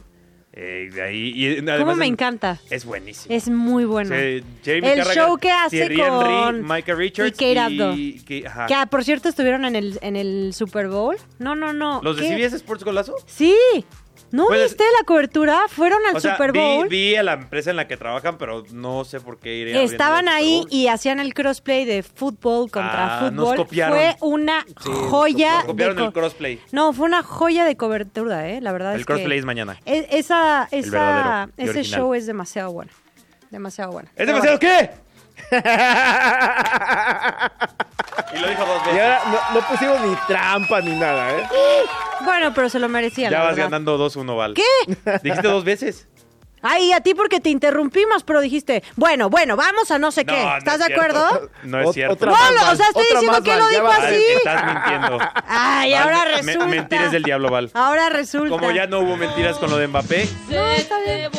Speaker 3: eh, de ahí, y además
Speaker 4: ¿Cómo me
Speaker 3: es-
Speaker 4: encanta?
Speaker 3: Es buenísimo.
Speaker 4: Es muy bueno.
Speaker 3: Sí, Jamie
Speaker 4: el
Speaker 3: Carragher,
Speaker 4: show que hace
Speaker 3: Thierry Henry,
Speaker 4: con
Speaker 3: Micah Richards
Speaker 4: y Kate Abdo.
Speaker 3: que- ajá.
Speaker 4: Que ah, por cierto estuvieron en el en el Super Bowl. No, no, no.
Speaker 3: ¿Los de
Speaker 4: ¿Qué?
Speaker 3: CBS Sports Golazo?
Speaker 4: Sí. ¿No
Speaker 3: Pues-
Speaker 4: viste la cobertura? Fueron al
Speaker 3: O sea,
Speaker 4: Super
Speaker 3: vi-
Speaker 4: Bowl.
Speaker 3: Vi, a la empresa en la que trabajan, pero no sé por qué iría.
Speaker 4: Estaban ahí
Speaker 3: y
Speaker 4: y hacían el crossplay de fútbol contra
Speaker 3: Ah, nos
Speaker 4: fútbol.
Speaker 3: copiaron.
Speaker 4: Fue una joya. de
Speaker 3: Copiaron
Speaker 4: co-
Speaker 3: el crossplay.
Speaker 4: No, fue una joya de cobertura, ¿eh? La verdad
Speaker 3: El
Speaker 4: es que...
Speaker 3: crossplay es mañana.
Speaker 4: e- esa, esa,
Speaker 3: verdadero y
Speaker 4: ese
Speaker 3: original.
Speaker 4: show es demasiado bueno. Demasiado bueno.
Speaker 3: ¿Es demasiado qué? y lo dijo dos
Speaker 5: Y
Speaker 3: veces.
Speaker 5: ahora no, no pusimos ni trampa ni nada, ¿eh?
Speaker 4: Bueno, pero se lo merecía,
Speaker 3: Ya
Speaker 4: la
Speaker 3: vas
Speaker 4: verdad.
Speaker 3: ganando 2-1, Val.
Speaker 4: ¿Qué?
Speaker 3: Dijiste dos veces.
Speaker 4: Ay, a ti porque te interrumpimos, pero dijiste, bueno, bueno, vamos a no sé
Speaker 3: No,
Speaker 4: qué.
Speaker 3: no
Speaker 4: ¿Estás
Speaker 3: es
Speaker 4: de acuerdo?
Speaker 3: cierto. No es
Speaker 5: Ot-
Speaker 3: cierto.
Speaker 5: otra
Speaker 4: No,
Speaker 5: más,
Speaker 4: lo- o
Speaker 5: Val,
Speaker 4: sea, estoy
Speaker 5: otra
Speaker 4: diciendo
Speaker 5: más,
Speaker 4: que
Speaker 5: Val,
Speaker 4: lo
Speaker 5: ya
Speaker 4: dijo
Speaker 5: vas.
Speaker 3: Val,
Speaker 4: así.
Speaker 3: Estás mintiendo.
Speaker 4: Ay,
Speaker 3: Val,
Speaker 4: ahora
Speaker 3: me-
Speaker 4: resulta.
Speaker 3: mentiras del diablo, Val.
Speaker 4: Ahora resulta.
Speaker 3: Como ya no hubo mentiras con lo de Mbappé,
Speaker 4: No, está bien.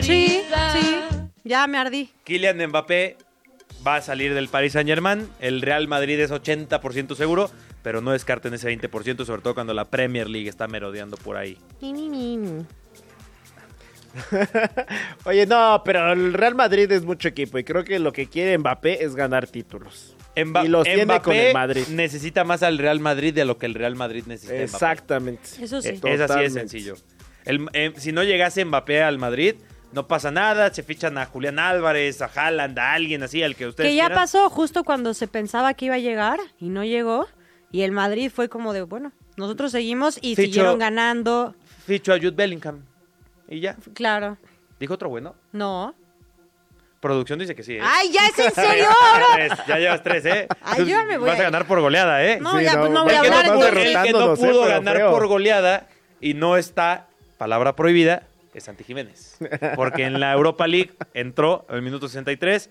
Speaker 4: Sí, sí. Ya me ardí.
Speaker 3: Kylian Mbappé va a salir del Paris Saint-Germain. El Real Madrid es 80% seguro, pero no descarten ese 20%, sobre todo cuando la Premier League está merodeando por ahí.
Speaker 4: Ni, ni, ni.
Speaker 5: Oye, no, pero el Real Madrid es mucho equipo y creo que lo que quiere Mbappé es ganar títulos.
Speaker 3: Emba-
Speaker 5: Y los tiene
Speaker 3: Mbappé
Speaker 5: con el Madrid.
Speaker 3: necesita más al Real Madrid de lo que el Real Madrid necesita. a Mbappé.
Speaker 5: Exactamente.
Speaker 4: Eso Pues sí.
Speaker 3: Eh, Es así de sencillo. El- eh, si no llegase Mbappé al Madrid, no pasa nada. Se fichan a Julián Álvarez, a Haaland, a alguien así, al que ustedes
Speaker 4: Que ya
Speaker 3: quieran.
Speaker 4: pasó justo cuando se pensaba que iba a llegar y no llegó. Y el Madrid fue como de, bueno, nosotros seguimos y
Speaker 3: Fichó-
Speaker 4: siguieron ganando.
Speaker 3: Fichó a Jude Bellingham. Y ya.
Speaker 4: Claro.
Speaker 3: Dijo otro bueno.
Speaker 4: No.
Speaker 3: Producción dice que sí. ¿eh?
Speaker 4: ¡Ay, ya es en serio ahora!
Speaker 3: Tres, ya llevas tres, ¿eh?
Speaker 4: Ay, yo me voy
Speaker 3: Vas a
Speaker 4: a-
Speaker 3: ganar por goleada, ¿eh?
Speaker 4: No, ya, pues, no voy
Speaker 3: El
Speaker 4: a
Speaker 3: que
Speaker 4: hablar
Speaker 3: no,
Speaker 5: vas
Speaker 3: pudo-
Speaker 4: entonces.
Speaker 3: el que no
Speaker 5: derrotándonos, ¿eh?
Speaker 3: pudo
Speaker 5: Pero
Speaker 3: ganar
Speaker 5: feo.
Speaker 3: por goleada y no está, palabra prohibida, es Santi Jiménez. Porque en la Europa League entró al minuto 63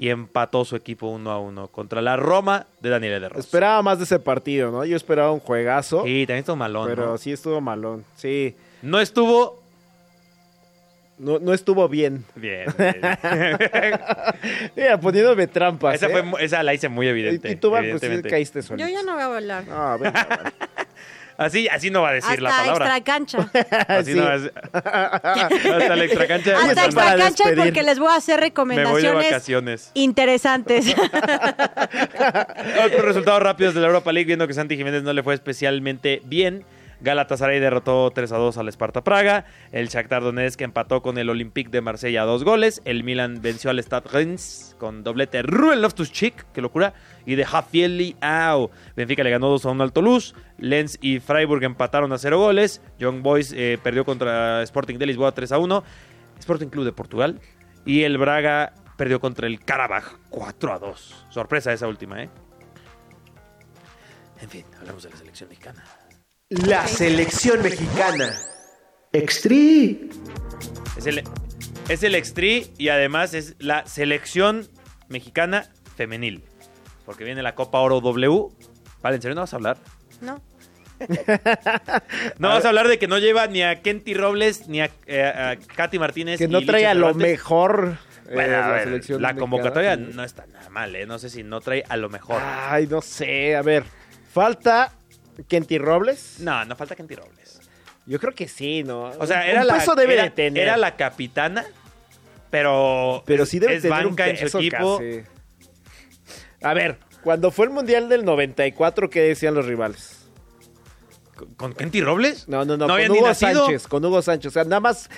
Speaker 3: y empató su equipo 1 a 1 contra la Roma de Daniel de Rossi.
Speaker 5: Esperaba más de ese partido, ¿no? Yo esperaba un juegazo,
Speaker 3: Sí, también estuvo malón.
Speaker 5: pero
Speaker 3: ¿no?
Speaker 5: sí estuvo malón. Sí,
Speaker 3: No estuvo
Speaker 5: no, no estuvo bien.
Speaker 3: bien. bien.
Speaker 5: Mira, poniéndome trampas.
Speaker 3: esa,
Speaker 5: ¿eh?
Speaker 3: fue, mu- esa la hice muy evidente.
Speaker 5: Y, y tú, Van, pues sí
Speaker 3: evidentemente.
Speaker 5: caíste solito. Ah,
Speaker 4: Yo ya no voy a hablar.
Speaker 5: No, venga, Van.
Speaker 3: así, así no va a decir la
Speaker 4: Hasta
Speaker 3: palabra.
Speaker 4: extra cancha.
Speaker 3: Así
Speaker 5: Sí.
Speaker 3: no pues, va a decir- Hasta la extra cancha.
Speaker 4: Hasta
Speaker 5: Para
Speaker 4: extra cancha
Speaker 5: despedir.
Speaker 4: porque les voy a hacer
Speaker 3: Me voy de
Speaker 4: recomendaciones
Speaker 3: vacaciones.
Speaker 4: interesantes.
Speaker 3: Otros resultados rápidos de la Europa League, viendo que Santi Jiménez no le fue especialmente bien. Galatasaray derrotó 3 a 2 al Esparta Praga. El Shakhtar Donetsk empató con el Olympique de Marsella a dos goles. El Milan venció al Stade Reims con doblete Ruben Loftus-Cheek, qué locura, y de Jafiel Liao. Benfica le ganó 2 a 1 al Toulouse. Lens y Freiburg empataron a cero goles. Young Boys eh, perdió contra Sporting de Lisboa 3 a 1. Sporting Club de Portugal. Y el Braga perdió contra el Carabaj 4 a 2. Sorpresa esa última, ¿eh? En fin, hablamos de la selección mexicana.
Speaker 9: La selección mexicana. Extri.
Speaker 3: Es el, es el Extri y además es la selección mexicana femenil. Porque viene la Copa Oro W. Vale, ¿en serio no vas a hablar?
Speaker 4: No.
Speaker 3: No vas a hablar de que no lleva ni a Kenty Robles ni a, eh, a Katy Martínez.
Speaker 5: que
Speaker 3: y
Speaker 5: no
Speaker 3: Licha
Speaker 5: traiga lo
Speaker 3: Cervantes.
Speaker 5: mejor eh,
Speaker 3: Bueno, a
Speaker 5: la
Speaker 3: ver,
Speaker 5: selección
Speaker 3: la
Speaker 5: mexicana.
Speaker 3: convocatoria no está nada mal, ¿eh? No sé si no trae a lo mejor.
Speaker 5: Ay, no sé. A ver, falta Kenty Robles.
Speaker 3: No, no falta Kenty Robles.
Speaker 5: Yo creo que sí, ¿no?
Speaker 3: O sea, era, la,
Speaker 5: peso debe
Speaker 3: era,
Speaker 5: de tener.
Speaker 3: era la capitana, pero,
Speaker 5: pero
Speaker 3: es-
Speaker 5: sí debe
Speaker 3: es
Speaker 5: tener
Speaker 3: banca
Speaker 5: un
Speaker 3: en su
Speaker 5: peso
Speaker 3: equipo.
Speaker 5: casi. A ver, cuando fue el mundial del 94, ¿qué decían los rivales?
Speaker 3: ¿Con- ¿Con Kenty Robles?
Speaker 5: No, no, no,
Speaker 3: había
Speaker 5: con
Speaker 3: ni
Speaker 5: Hugo
Speaker 3: nacido.
Speaker 5: Sánchez, con Hugo Sánchez. O sea, nada más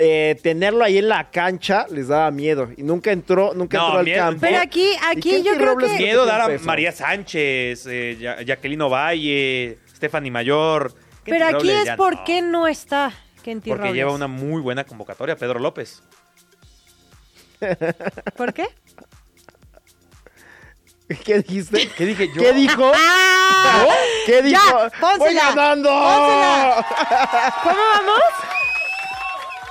Speaker 5: eh, tenerlo ahí en la cancha les daba miedo. Y nunca entró, nunca
Speaker 3: No,
Speaker 5: entró al
Speaker 3: miedo.
Speaker 5: campo.
Speaker 4: Pero aquí,
Speaker 5: ¿Y
Speaker 4: aquí
Speaker 5: Kenty
Speaker 4: yo creo
Speaker 5: Robles
Speaker 4: que...
Speaker 5: qué?
Speaker 3: Miedo dar a
Speaker 5: Peso.
Speaker 3: María Sánchez, eh, Ya- Jacqueline Ovalle, Stephanie Mayor. Kenty
Speaker 4: Pero aquí
Speaker 3: Robles
Speaker 4: es
Speaker 3: ya
Speaker 4: por
Speaker 3: no,
Speaker 4: qué no está Kenty
Speaker 3: Porque
Speaker 4: Robles.
Speaker 3: lleva una muy buena convocatoria, Pedro López.
Speaker 4: ¿Por qué?
Speaker 5: ¿Qué dijiste?
Speaker 3: ¿Qué dije yo?
Speaker 5: ¿Qué dijo?
Speaker 4: ¡Ah!
Speaker 5: ¿Qué dijo?
Speaker 4: pónsela,
Speaker 5: ¡Voy ganando!
Speaker 4: pónsela. ¿Cómo vamos?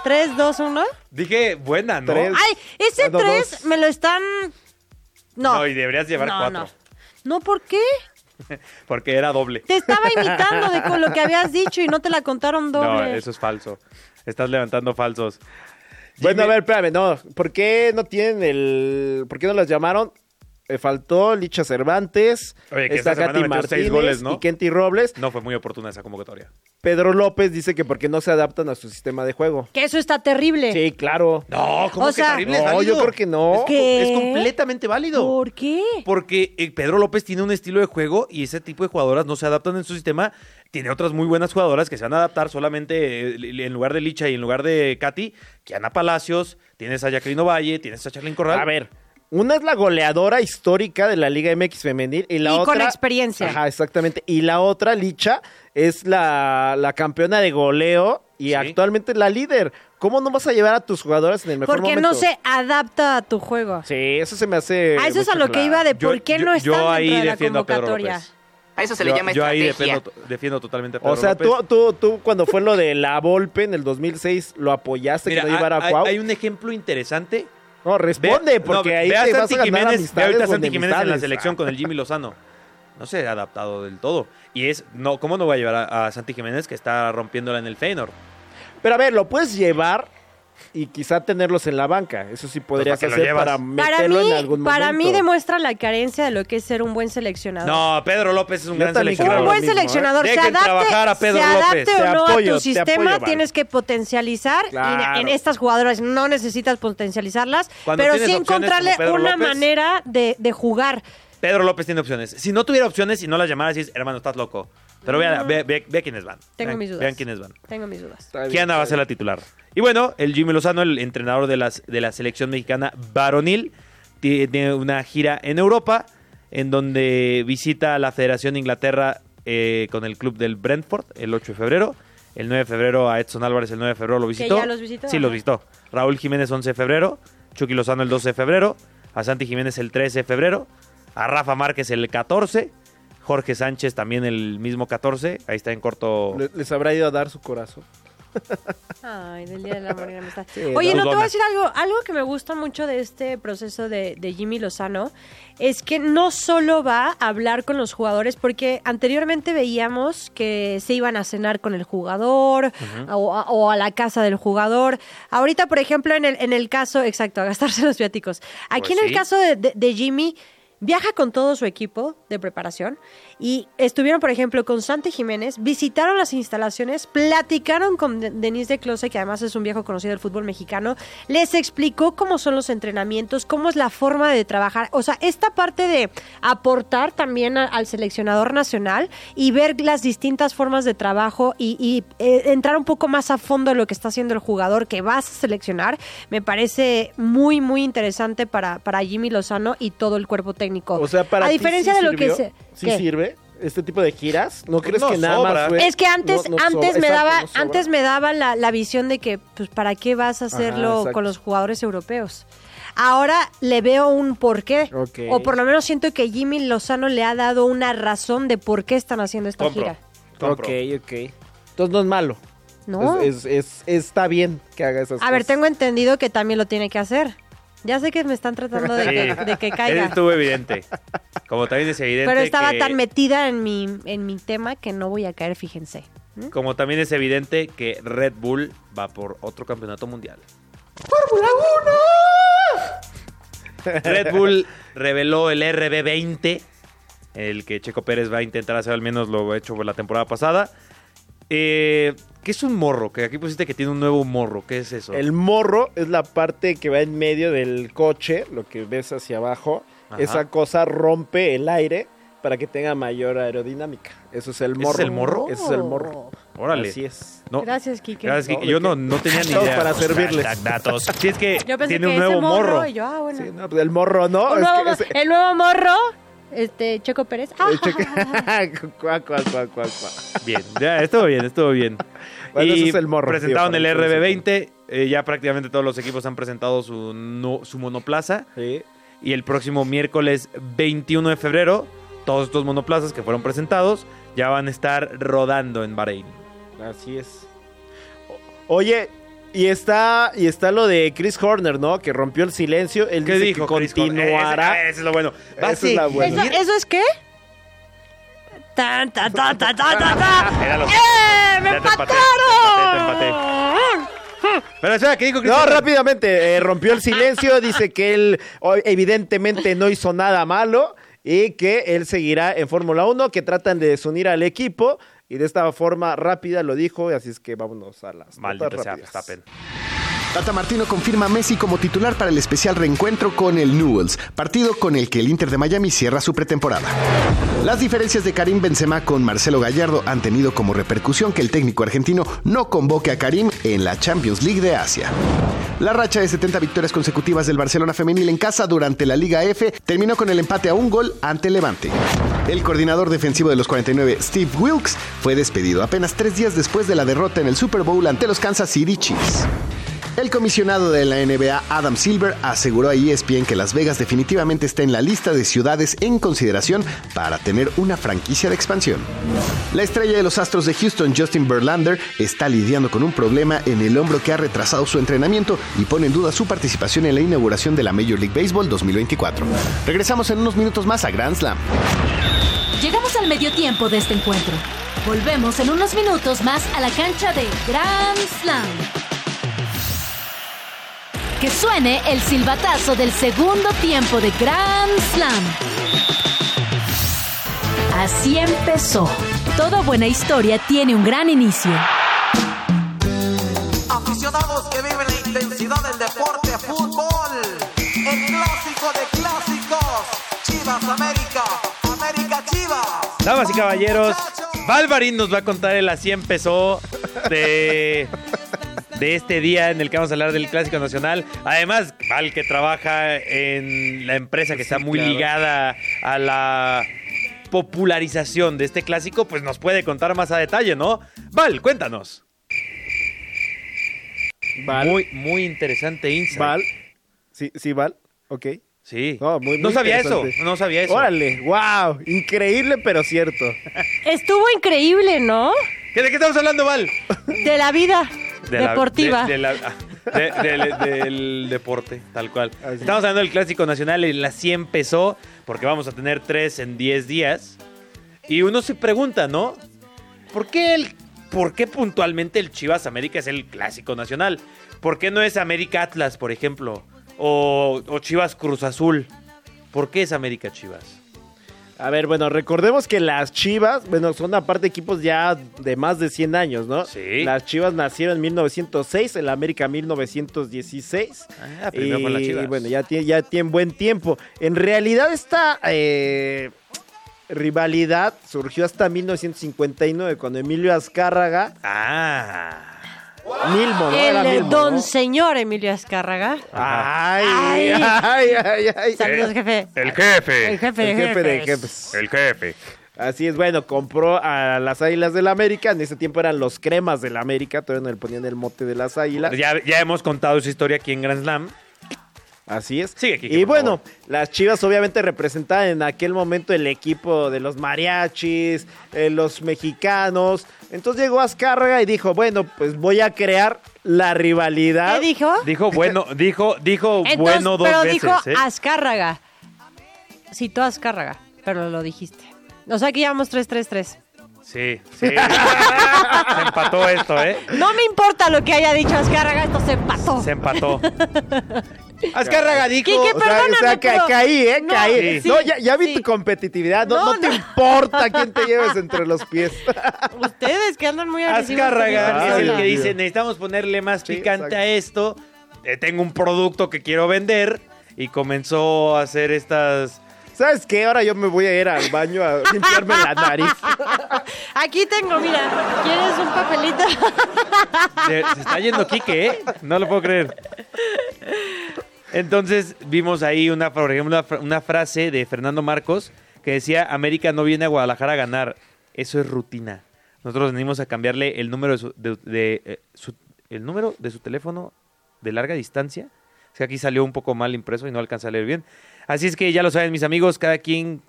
Speaker 4: 3, 2, 1.
Speaker 3: Dije buena, ¿no? Ah,
Speaker 5: Tres.
Speaker 4: Ay, ese
Speaker 5: Bueno,
Speaker 4: 3
Speaker 5: dos.
Speaker 4: me lo están... No.
Speaker 3: No, y deberías llevar
Speaker 4: no,
Speaker 3: cuatro.
Speaker 4: No. No, ¿por qué?
Speaker 3: Porque era doble.
Speaker 4: Te estaba imitando de con lo que habías dicho y no te la contaron doble.
Speaker 3: No, eso es falso. Estás levantando falsos.
Speaker 5: Bueno, a
Speaker 3: Jimmy-
Speaker 5: ver, espérame, no. ¿Por qué no tienen el. ¿Por qué no las llamaron? Eh, faltó Licha Cervantes,
Speaker 3: Oye, que
Speaker 5: está
Speaker 3: esta semana
Speaker 5: Katy
Speaker 3: metió
Speaker 5: Martínez
Speaker 3: seis goles, ¿no?
Speaker 5: y Kenty Robles.
Speaker 3: No fue muy oportuna esa convocatoria.
Speaker 5: Pedro López dice que porque no se adaptan a su sistema de juego.
Speaker 4: Que eso está terrible.
Speaker 5: Sí, claro.
Speaker 3: No, ¿cómo
Speaker 4: O
Speaker 3: que
Speaker 4: sea-
Speaker 3: terrible? Es
Speaker 5: No,
Speaker 3: válido.
Speaker 5: yo creo que no.
Speaker 3: Es co-
Speaker 4: ¿Qué?
Speaker 3: Es, completamente válido.
Speaker 4: ¿Por qué?
Speaker 3: Porque eh, Pedro López tiene un estilo de juego y ese tipo de jugadoras no se adaptan en su sistema. Tiene otras muy buenas jugadoras que se van a adaptar solamente eh, li- en lugar de Licha y en lugar de Katy. Kiana Palacios, tienes a Jacqueline Ovalle, tienes a Charlene Corral.
Speaker 5: A ver, una es la goleadora histórica de la Liga MX femenil y la
Speaker 4: Y con
Speaker 5: otra...
Speaker 4: experiencia.
Speaker 5: Ajá, exactamente. Y la otra, Licha, es la, la campeona de goleo y
Speaker 3: Sí.
Speaker 5: actualmente la líder. ¿Cómo no vas a llevar a tus jugadoras en el mejor
Speaker 4: Porque
Speaker 5: momento?
Speaker 4: no se adapta a tu juego.
Speaker 5: Sí, eso se me hace...
Speaker 4: A eso es
Speaker 5: muy
Speaker 4: a lo que
Speaker 5: claro.
Speaker 4: iba de
Speaker 3: Yo-
Speaker 4: por qué
Speaker 3: yo-
Speaker 4: no está
Speaker 3: yo ahí
Speaker 4: dentro de la
Speaker 3: defiendo a Pedro
Speaker 4: convocatoria.
Speaker 3: López.
Speaker 9: A eso se le
Speaker 3: yo,
Speaker 9: llama
Speaker 3: yo ahí
Speaker 9: estrategia.
Speaker 3: defiendo, to- defiendo totalmente a Pedro
Speaker 5: O sea,
Speaker 3: López.
Speaker 5: tú, tú, tú cuando fue lo de la Volpe en el 2006, ¿lo apoyaste
Speaker 3: Mira,
Speaker 5: que no llevara
Speaker 3: hay-
Speaker 5: a Cuau?
Speaker 3: hay un ejemplo interesante
Speaker 5: No, responde,
Speaker 3: Ve-
Speaker 5: porque
Speaker 3: no,
Speaker 5: ahí
Speaker 3: ve a
Speaker 5: te vas
Speaker 3: Santi
Speaker 5: a ganar
Speaker 3: Jiménez, ve
Speaker 5: amistades
Speaker 3: ahorita a
Speaker 5: o
Speaker 3: Santi Jiménez en la
Speaker 5: enemistades.
Speaker 3: selección con el Jimmy Lozano. No se ha adaptado del todo. Y es, no, ¿cómo no va a llevar a, a Santi Jiménez que está rompiéndola en el Feyenoord?
Speaker 5: Pero a ver, lo puedes llevar y quizá tenerlos en la banca. Eso sí podrías
Speaker 3: Pues, ¿para qué lo llevas?
Speaker 5: hacer para
Speaker 3: Para
Speaker 5: meterlo
Speaker 4: Para mí,
Speaker 5: en algún
Speaker 4: para mí
Speaker 5: momento.
Speaker 4: demuestra la carencia de lo que es ser un buen seleccionador.
Speaker 3: No, Pedro López es un
Speaker 5: Yo
Speaker 3: gran
Speaker 5: también creo
Speaker 4: un
Speaker 3: seleccionador.
Speaker 5: lo
Speaker 4: buen
Speaker 5: mismo, ¿eh?
Speaker 4: seleccionador se
Speaker 3: Dejen trabajar a
Speaker 4: adapte,
Speaker 3: Pedro
Speaker 4: se adapte
Speaker 3: López.
Speaker 4: o
Speaker 5: Te
Speaker 4: no
Speaker 5: apoyo,
Speaker 4: a tu
Speaker 5: te
Speaker 4: sistema,
Speaker 5: apoyo, Val.
Speaker 4: tienes que potencializar. y
Speaker 5: Claro.
Speaker 4: en estas jugadoras no necesitas potencializarlas,
Speaker 3: Cuando
Speaker 4: pero
Speaker 3: tienes
Speaker 4: sí
Speaker 3: opciones como
Speaker 4: encontrarle
Speaker 3: Pedro
Speaker 4: una
Speaker 3: López.
Speaker 4: manera de, de jugar.
Speaker 3: Pedro López tiene opciones. Si no tuviera opciones y no las llamara, decís, hermano, estás loco. Pero vean, ve, ve- ve quiénes van.
Speaker 4: Tengo
Speaker 3: Vean-
Speaker 4: mis dudas.
Speaker 3: Vean quiénes van.
Speaker 4: Tengo mis dudas.
Speaker 5: Está bien,
Speaker 3: Kiana va a
Speaker 5: está
Speaker 3: ser la titular. Y bueno, el Jimmy Lozano, el entrenador de, las, de la selección mexicana varonil, ti- tiene una gira en Europa en donde visita a la Federación de Inglaterra eh, con el club del Brentford el 8 de febrero. El 9 de febrero a Edson Álvarez, el 9 de febrero lo visitó.
Speaker 4: ya los visitó,
Speaker 3: Sí,
Speaker 4: ajá.
Speaker 3: los visitó. Raúl Jiménez, 11 de febrero. Chucky Lozano, el 12 de febrero. A Santi Jiménez, el 13 de febrero. A Rafa Márquez, el 14. Jorge Sánchez, también el mismo 14. Ahí está en corto.
Speaker 5: Le- Les habrá ido a dar su corazón.
Speaker 4: Ay, del Día del Amor y la Amistad.
Speaker 5: Sí,
Speaker 4: Oye, no,
Speaker 3: dos
Speaker 4: te voy a
Speaker 3: donas.
Speaker 4: decir algo. Algo que me gusta mucho de este proceso de, de Jimmy Lozano es que no solo va a hablar con los jugadores, porque anteriormente veíamos que se iban a cenar con el jugador o, a, o a la casa del jugador. Ahorita, por ejemplo, en el, en el caso, exacto, a gastarse los viáticos. Aquí
Speaker 3: Pues
Speaker 4: en el
Speaker 3: sí.
Speaker 4: caso caso de, de- de Jimmy, viaja con todo su equipo de preparación y estuvieron, por ejemplo, con Santi Jiménez, visitaron las instalaciones, platicaron con De- Denise de Close, que además es un viejo conocido del fútbol mexicano, les explicó cómo son los entrenamientos, cómo es la forma de trabajar. O sea, esta parte de aportar también a- al seleccionador nacional y ver las distintas formas de trabajo y, y, eh, entrar un poco más a fondo en lo que está haciendo el jugador que vas a seleccionar, me parece muy, muy interesante para, para Jimmy Lozano y todo el cuerpo técnico.
Speaker 5: O sea, para
Speaker 4: A
Speaker 5: ti
Speaker 4: diferencia
Speaker 5: sí
Speaker 4: de lo que
Speaker 5: sirvió,
Speaker 4: se.
Speaker 5: sí
Speaker 4: ¿Qué?
Speaker 5: sirve este tipo de giras. ¿No crees
Speaker 3: Pues No
Speaker 5: que nada
Speaker 3: sobra.
Speaker 5: más fue-
Speaker 4: Es que antes,
Speaker 5: No- no
Speaker 4: antes
Speaker 5: sobra,
Speaker 4: me
Speaker 5: exacto,
Speaker 4: daba,
Speaker 5: no sobra.
Speaker 4: antes me daba la, la visión de que, pues, ¿para qué vas a hacerlo
Speaker 5: exacto.
Speaker 4: con los jugadores europeos? Ahora le veo un porqué.
Speaker 5: Ok.
Speaker 4: O por lo menos siento que Jimmy Lozano le ha dado una razón de por qué están haciendo esta
Speaker 3: Compro.
Speaker 4: gira.
Speaker 3: Compro.
Speaker 5: Ok, ok. Entonces no es malo.
Speaker 4: No.
Speaker 5: Es- es- es- está bien que haga esas cosas.
Speaker 4: a ver, tengo entendido que también lo tiene que hacer. Ya sé que me están tratando de,
Speaker 3: Sí.
Speaker 4: que, de que
Speaker 3: Ese
Speaker 4: caiga.
Speaker 3: estuvo evidente. Como también es evidente.
Speaker 4: Pero estaba
Speaker 3: que-
Speaker 4: tan metida en mi, en mi tema que no voy a caer, fíjense.
Speaker 3: Como también es evidente que Red Bull va por otro campeonato mundial. Red Bull reveló el RB20, el que Checo Pérez va a intentar hacer, al menos lo hecho la temporada pasada. Eh, ¿Qué es un morro? Que aquí pusiste que tiene un nuevo morro. ¿Qué es eso?
Speaker 5: El morro es la parte que va en medio del coche, lo que ves hacia abajo.
Speaker 3: Ajá.
Speaker 5: Esa cosa rompe el aire para que tenga mayor aerodinámica. Eso es el
Speaker 3: ¿Ese
Speaker 5: morro.
Speaker 3: es el morro?
Speaker 5: Ese es el morro.
Speaker 3: Órale.
Speaker 5: Así es.
Speaker 3: No,
Speaker 4: Gracias, Kike.
Speaker 3: gracias, Kike.
Speaker 5: No, ¿de
Speaker 3: Yo no,
Speaker 5: qué?
Speaker 3: no tenía ni
Speaker 5: Todo
Speaker 3: idea.
Speaker 5: para servirles.
Speaker 3: Hashtag Datos. Sí, es que
Speaker 4: Yo pensé
Speaker 3: tiene
Speaker 4: que
Speaker 3: un nuevo
Speaker 4: ese morro,
Speaker 3: morro.
Speaker 4: y yo, ah, bueno.
Speaker 5: Sí, no, pues el morro no.
Speaker 3: Oh,
Speaker 4: Un
Speaker 5: es eh,
Speaker 4: nuevo
Speaker 5: que
Speaker 4: mo-
Speaker 3: eh.
Speaker 5: ese-
Speaker 4: El nuevo morro, este, Checo Pérez. Ah,
Speaker 5: el cheque- Cuá, cuá, cuá, cuá, cuá.
Speaker 3: Bien, ya estuvo bien, estuvo bien.
Speaker 5: Bueno, ese es el morro,
Speaker 3: Presentaron
Speaker 5: tío,
Speaker 3: el
Speaker 5: para mí,
Speaker 3: RB20. eh, ya prácticamente todos los equipos han presentado su, no- su monoplaza.
Speaker 5: Sí.
Speaker 3: Y el próximo miércoles 21 de febrero, todos estos monoplazas que fueron presentados ya van a estar rodando en Bahrein.
Speaker 5: Así es. O- Oye, y está, y está lo de Chris Horner, ¿no? Que rompió el silencio. Él
Speaker 3: ¿Qué
Speaker 5: dice
Speaker 3: dijo?
Speaker 5: que
Speaker 3: Chris Corn-
Speaker 5: continuará.
Speaker 3: Ese, ese es lo bueno. Va a
Speaker 5: Esa es la
Speaker 3: seguir.
Speaker 5: buena.
Speaker 4: ¿Eso, ¿eso es qué? ¡Tan, tan, tan, tan, tan, tan, tan!
Speaker 3: Era lo-
Speaker 4: ¡Eh!
Speaker 3: Ya
Speaker 4: ¡Me
Speaker 3: te empaté, te
Speaker 4: empataron!
Speaker 3: empaté, Pero espera, ¿qué dijo Chris
Speaker 5: No,
Speaker 3: Corn?
Speaker 5: rápidamente, eh, rompió el silencio, dice que él o- evidentemente no hizo nada malo y que él seguirá en Fórmula 1, que tratan de desunir al equipo y de esta forma rápida lo dijo, así es que vámonos a las
Speaker 3: Maldito
Speaker 5: notas
Speaker 3: sea
Speaker 5: rápidas.
Speaker 3: Verstappen.
Speaker 2: Tata Martino confirma a Messi como titular para el especial reencuentro con el Newells, partido con el que el Inter de Miami cierra su pretemporada. Las diferencias de Karim Benzema con Marcelo Gallardo han tenido como repercusión que el técnico argentino no convoque a Karim en la Champions League de Asia. La racha de 70 victorias consecutivas del Barcelona femenil en casa durante la Liga F terminó con el empate a un gol ante Levante. El coordinador defensivo de los 49, Steve Wilkes, fue despedido apenas tres días después de la derrota en el Super Bowl ante los Kansas City Chiefs. El comisionado de la NBA, Adam Silver, aseguró a E ESPN que Las Vegas definitivamente está en la lista de ciudades en consideración para tener una franquicia de expansión. La estrella de los Astros de Houston, Justin Verlander, está lidiando con un problema en el hombro que ha retrasado su entrenamiento y pone en duda su participación en la inauguración de la Major League Baseball 2024. Regresamos en unos minutos más a Grand Slam.
Speaker 1: Llegamos al medio tiempo de este encuentro. Volvemos en unos minutos más a la cancha de Grand Slam. Que suene el silbatazo del segundo tiempo de Grand Slam. Así empezó. Toda buena historia tiene un gran inicio.
Speaker 10: Aficionados que viven la intensidad del deporte, fútbol, el clásico de clásicos, Chivas América,
Speaker 3: Damas y caballeros, Valvarín nos va a contar el así empezó de, de este día en el que vamos a hablar del Clásico Nacional. Además, Val que trabaja en la empresa que está muy
Speaker 5: claro.
Speaker 3: ligada a la popularización de este clásico, pues nos puede contar más a detalle, ¿no? Val, cuéntanos.
Speaker 5: Val.
Speaker 3: Muy, muy interesante insight.
Speaker 5: Val. Sí, sí, Val. Ok.
Speaker 3: Sí.
Speaker 5: No, muy-
Speaker 3: no
Speaker 5: muy
Speaker 3: sabía eso,
Speaker 5: interesante.
Speaker 3: no sabía eso.
Speaker 5: Órale, wow. Increíble, pero cierto.
Speaker 4: Estuvo increíble, ¿no?
Speaker 3: ¿Qué- ¿De qué estamos hablando, Val?
Speaker 4: De la vida
Speaker 3: De la-
Speaker 4: deportiva.
Speaker 3: de- de la- ah, de- del- del deporte, tal cual. Estamos hablando del Clásico Nacional, el así empezó, porque vamos a tener tres en 10 días. Y uno se pregunta, ¿no? ¿Por qué, el, ¿Por qué puntualmente el Chivas América es el Clásico Nacional? ¿Por qué no es América Atlas, por ejemplo? O, o Chivas Cruz Azul. ¿Por qué es América Chivas?
Speaker 5: A ver, bueno, recordemos que las Chivas, bueno, son aparte equipos ya de más de 100 años, ¿no?
Speaker 3: Sí.
Speaker 5: Las Chivas nacieron en 1906, el América 1916.
Speaker 3: Ah, primero fue las Chivas.
Speaker 5: Y bueno, ya tiene, ya tiene buen tiempo. En realidad esta eh, rivalidad surgió hasta 1959, cuando Emilio Azcárraga,
Speaker 3: Ah.
Speaker 5: Milmo, ¿no? Era
Speaker 4: El
Speaker 5: Milmo, ¿no?
Speaker 4: don señor Emilio Azcárraga.
Speaker 5: Ay,
Speaker 4: Ay.
Speaker 5: ay, ay, ay, ay.
Speaker 4: Saludos, jefe.
Speaker 3: El jefe.
Speaker 4: El jefe de
Speaker 5: El jefe de
Speaker 4: jefes.
Speaker 5: jefes.
Speaker 3: El jefe.
Speaker 5: Así es, bueno, compró a las Águilas del América. En ese tiempo eran los cremas del América. Todavía no le ponían el mote de las Águilas.
Speaker 3: Ya, ya hemos contado su historia aquí en Grand Slam.
Speaker 5: Así es.
Speaker 3: Sigue, Kike,
Speaker 5: y
Speaker 3: por
Speaker 5: bueno, las Chivas obviamente representaban en aquel momento el equipo de los mariachis, eh, los mexicanos. Entonces llegó Azcárraga y dijo, bueno, pues voy a crear la rivalidad.
Speaker 4: ¿Qué dijo?
Speaker 3: Ah, Dijo bueno, dijo, dijo
Speaker 4: Entonces,
Speaker 3: bueno dos
Speaker 4: pero
Speaker 3: veces.
Speaker 4: dijo
Speaker 3: ¿eh?
Speaker 4: Azcárraga. Citó a Azcárraga, pero lo dijiste. O sea que llevamos 3-3-3.
Speaker 3: Sí, sí. se empató esto, ¿eh?
Speaker 4: No me importa lo que haya dicho Azcárraga, esto se pasó.
Speaker 3: Se empató. Azcárraga dijo.
Speaker 4: Quique,
Speaker 5: O sea,
Speaker 4: perdóname,
Speaker 5: o sea, ca-
Speaker 4: pero-
Speaker 5: caí, ¿eh?
Speaker 4: No,
Speaker 5: caí.
Speaker 4: sí,
Speaker 5: no, ya, ya vi
Speaker 4: sí.
Speaker 5: tu competitividad. No,
Speaker 4: No,
Speaker 5: no te
Speaker 4: no.
Speaker 5: importa quién te lleves entre los pies.
Speaker 4: Ustedes que andan muy agresivos.
Speaker 3: Azcárraga
Speaker 5: Ay,
Speaker 3: es el que
Speaker 5: Dios.
Speaker 3: dice, necesitamos ponerle más
Speaker 5: Sí,
Speaker 3: picante
Speaker 5: exacto.
Speaker 3: a esto. Eh, tengo un producto que quiero vender. Y comenzó a hacer estas...
Speaker 5: ¿Sabes qué? Ahora yo me voy a ir al baño a limpiarme la nariz.
Speaker 4: Aquí tengo, mira, ¿quieres un papelito?
Speaker 3: Se, se está yendo Quique, ¿eh? No lo puedo creer. Entonces vimos ahí una, por ejemplo, una fra- una frase de Fernando Marcos que decía, América no viene a Guadalajara a ganar. Eso es rutina. Nosotros venimos a cambiarle el número de su, de- de, eh, su- el número de su teléfono de larga distancia. Es que aquí salió un poco mal impreso y no alcancé a leer bien. Así es que ya lo saben, mis amigos, cada quien...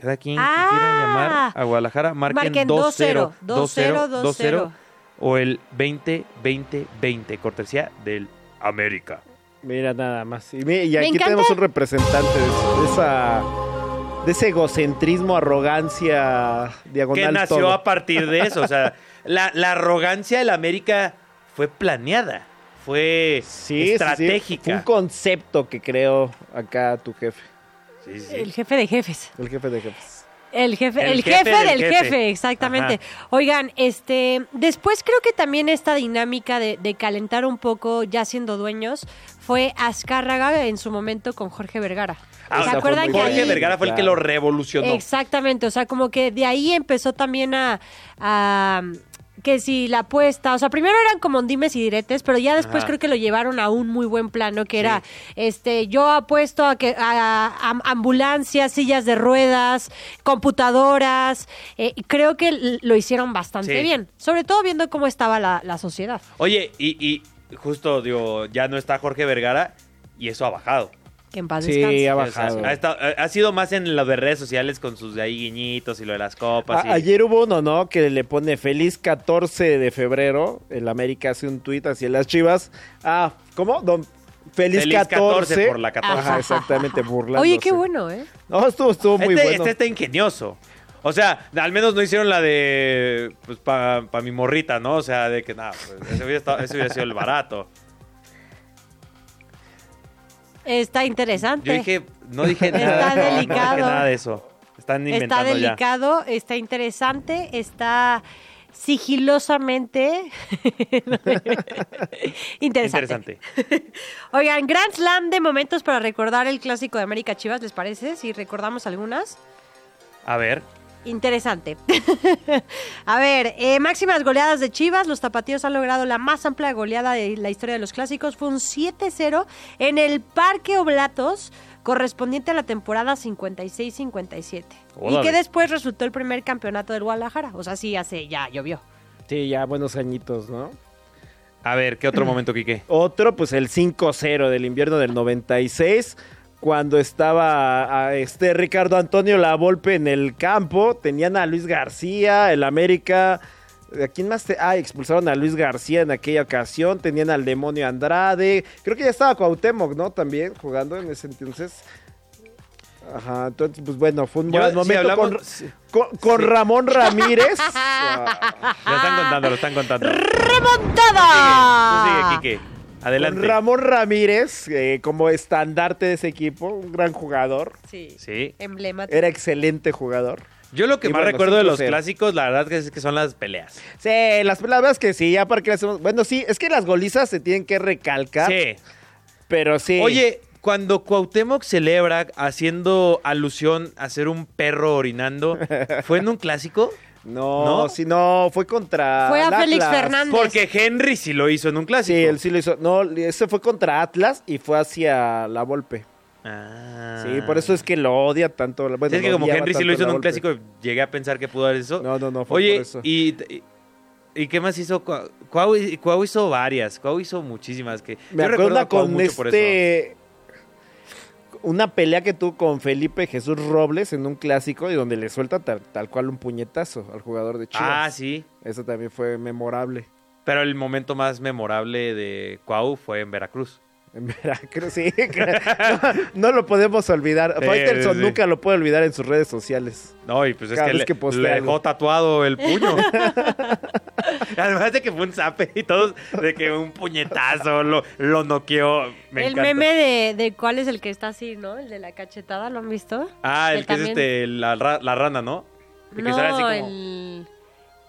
Speaker 3: Cada quien que quiera
Speaker 4: Ah.
Speaker 3: llamar a Guadalajara, marquen
Speaker 4: Marquen
Speaker 3: 2-0,
Speaker 4: 2-0, 2-0,
Speaker 3: 2-0 o el 20-20-20, cortesía del América.
Speaker 5: Mira nada más. Y, mi- y
Speaker 4: Me
Speaker 5: aquí
Speaker 4: encanta.
Speaker 5: tenemos un representante de, eso- de esa de ese egocentrismo, arrogancia diagonal
Speaker 3: que nació
Speaker 5: todo.
Speaker 3: a partir de eso. o sea, la, la arrogancia del América fue planeada, fue
Speaker 5: Sí, sí, sí. Fue
Speaker 3: estratégica.
Speaker 5: Un concepto que creó acá tu jefe,
Speaker 3: Sí, sí.
Speaker 4: El jefe de jefes.
Speaker 5: el jefe de jefes.
Speaker 4: El jefe, el,
Speaker 3: El
Speaker 4: jefe,
Speaker 3: jefe del
Speaker 4: del jefe,
Speaker 3: jefe.
Speaker 4: exactamente. Oigan, este, después creo que también esta dinámica de, de calentar un poco ya siendo dueños fue Azcárraga en su momento con Jorge Vergara.
Speaker 3: Ah,
Speaker 4: ¿Se
Speaker 5: esa fue
Speaker 4: acuerdan
Speaker 5: muy
Speaker 4: que
Speaker 3: Jorge
Speaker 4: ahí-
Speaker 3: Vergara fue el que lo
Speaker 5: Claro.
Speaker 3: revolucionó.
Speaker 4: Exactamente, o sea, como que de ahí empezó también a, a, que si la apuesta, o sea, primero eran como dimes y diretes, pero ya después
Speaker 3: Ajá.
Speaker 4: creo que lo llevaron a un muy buen plano que era,
Speaker 3: Sí.
Speaker 4: este, yo apuesto a que a, a- ambulancias, sillas de ruedas, computadoras, eh, y creo que l- lo hicieron bastante
Speaker 3: Sí.
Speaker 4: bien, sobre todo viendo cómo estaba la, la sociedad.
Speaker 3: Oye, y, y justo, digo, ya no está Jorge Vergara y eso ha bajado.
Speaker 4: Que en paz
Speaker 5: Sí,
Speaker 4: descanse.
Speaker 5: ha
Speaker 3: O sea,
Speaker 5: bajado.
Speaker 3: ha, estado- ha- ha sido más en lo de redes sociales con sus de ahí guiñitos y lo de las copas.
Speaker 5: A-
Speaker 3: y-
Speaker 5: ayer hubo uno, ¿no? Que le pone feliz 14 de febrero. El América hace un tuit hacia las chivas. Ah, ¿cómo? Don, feliz,
Speaker 3: Feliz 14
Speaker 5: 14.
Speaker 3: por la 14.
Speaker 5: Ajá, exactamente, burlándose.
Speaker 4: Oye, qué bueno, ¿eh?
Speaker 5: No, estuvo, estuvo muy
Speaker 3: este,
Speaker 5: bueno.
Speaker 3: este está ingenioso. O sea, al menos no hicieron la de. Pues para mi morrita, ¿no? O sea, de que nada, pues, ese, hubiera estado- ese hubiera sido el barato.
Speaker 4: Está interesante.
Speaker 3: Yo dije, no dije
Speaker 4: Está
Speaker 3: nada. no, no dije
Speaker 4: delicado.
Speaker 3: nada de eso. Están
Speaker 4: Está
Speaker 3: inventando ya.
Speaker 4: delicado, está interesante, está sigilosamente interesante.
Speaker 3: Interesante.
Speaker 4: Oigan, Grand Slam de momentos para recordar el clásico de América Chivas, ¿les parece? Si recordamos algunas.
Speaker 3: A ver.
Speaker 4: Interesante. a ver, eh, máximas goleadas de Chivas. Los tapatíos han logrado la más amplia goleada de la historia de los clásicos. Fue un 7-0 en el Parque Oblatos, correspondiente a la temporada 56-57. Y
Speaker 5: Órale.
Speaker 4: que después resultó el primer campeonato del Guadalajara. O sea, sí, hace ya llovió.
Speaker 5: Sí, ya buenos añitos, ¿no?
Speaker 3: A ver, ¿qué otro momento, Quique?
Speaker 5: Otro, pues el 5-0 del invierno del 96, cuando estaba a este Ricardo Antonio Lavolpe en el campo, tenían a Luis García, el América. ¿A quién más? te- Ah, expulsaron a Luis García en aquella ocasión, tenían al demonio Andrade. Creo que ya estaba Cuauhtémoc, ¿no? También jugando en ese entonces. Ajá, entonces, pues bueno, fue un
Speaker 3: Yo-
Speaker 5: buen
Speaker 3: si
Speaker 5: momento
Speaker 3: hablamos-
Speaker 5: con, con- con Ramón Ramírez.
Speaker 3: Lo están contando, lo están contando.
Speaker 4: ¡Remontada!
Speaker 3: Tú sigue, Quique. Adelante.
Speaker 5: Con Ramón Ramírez eh, como estandarte de ese equipo, un gran jugador.
Speaker 4: Sí.
Speaker 3: Sí.
Speaker 4: Emblemático.
Speaker 5: Era excelente jugador.
Speaker 3: Yo lo que
Speaker 5: Y
Speaker 3: más
Speaker 5: bueno,
Speaker 3: recuerdo de los
Speaker 5: 5-0.
Speaker 3: clásicos, la verdad que es que son las peleas.
Speaker 5: Sí, las palabras que sí, ya para que hacemos. Bueno, sí, es que las golizas se tienen que recalcar.
Speaker 3: Sí.
Speaker 5: Pero sí.
Speaker 3: Oye, cuando Cuauhtémoc celebra haciendo alusión a ser un perro orinando, ¿fue en un clásico?
Speaker 5: No,
Speaker 3: ¿no?
Speaker 5: sí, no, fue contra.
Speaker 4: Fue a
Speaker 5: el
Speaker 4: Félix
Speaker 5: Atlas.
Speaker 4: Fernández.
Speaker 3: Porque Henry sí lo hizo en un clásico.
Speaker 5: Sí, él sí lo hizo. No, ese fue contra Atlas y fue hacia la Volpe.
Speaker 3: Ah.
Speaker 5: Sí, por eso es que lo odia tanto. Bueno,
Speaker 3: es que como
Speaker 5: odiaba
Speaker 3: Henry sí
Speaker 5: tanto
Speaker 3: lo hizo en
Speaker 5: La
Speaker 3: un
Speaker 5: Volpe.
Speaker 3: clásico, llegué a pensar que pudo haber eso.
Speaker 5: No, no, no, fue
Speaker 3: Oye,
Speaker 5: por eso.
Speaker 3: Y, y, y qué más hizo? Cuau, Cuau- Cuau hizo varias, Cuau hizo muchísimas. Que,
Speaker 5: Me
Speaker 3: yo recuerdo a
Speaker 5: acuerdo
Speaker 3: Cuau
Speaker 5: con
Speaker 3: mucho por eso.
Speaker 5: este. Una pelea que tuvo con Felipe Jesús Robles en un clásico y donde le suelta tal, tal cual un puñetazo al jugador de Chivas.
Speaker 3: Ah, sí.
Speaker 5: Eso también fue memorable.
Speaker 3: Pero el momento más memorable de Cuau fue en Veracruz.
Speaker 5: En Veracruz, sí. No, no lo podemos olvidar.
Speaker 3: Sí,
Speaker 5: Faitelson
Speaker 3: sí, sí.
Speaker 5: nunca lo puede olvidar en sus redes sociales.
Speaker 3: No, y pues es
Speaker 5: Cada
Speaker 3: que,
Speaker 5: vez
Speaker 3: le,
Speaker 5: que postea
Speaker 3: le
Speaker 5: algo.
Speaker 3: dejó tatuado el puño. Además de que fue un zape y todos, de que un puñetazo lo, lo noqueó. Me
Speaker 4: el
Speaker 3: encanta.
Speaker 4: meme de, de cuál es el que está así, ¿no? El de la cachetada, ¿lo han visto?
Speaker 3: Ah, el que es
Speaker 4: también-
Speaker 3: este, la, ra- la rana, ¿no? El que
Speaker 4: no,
Speaker 3: sale así como-
Speaker 4: el...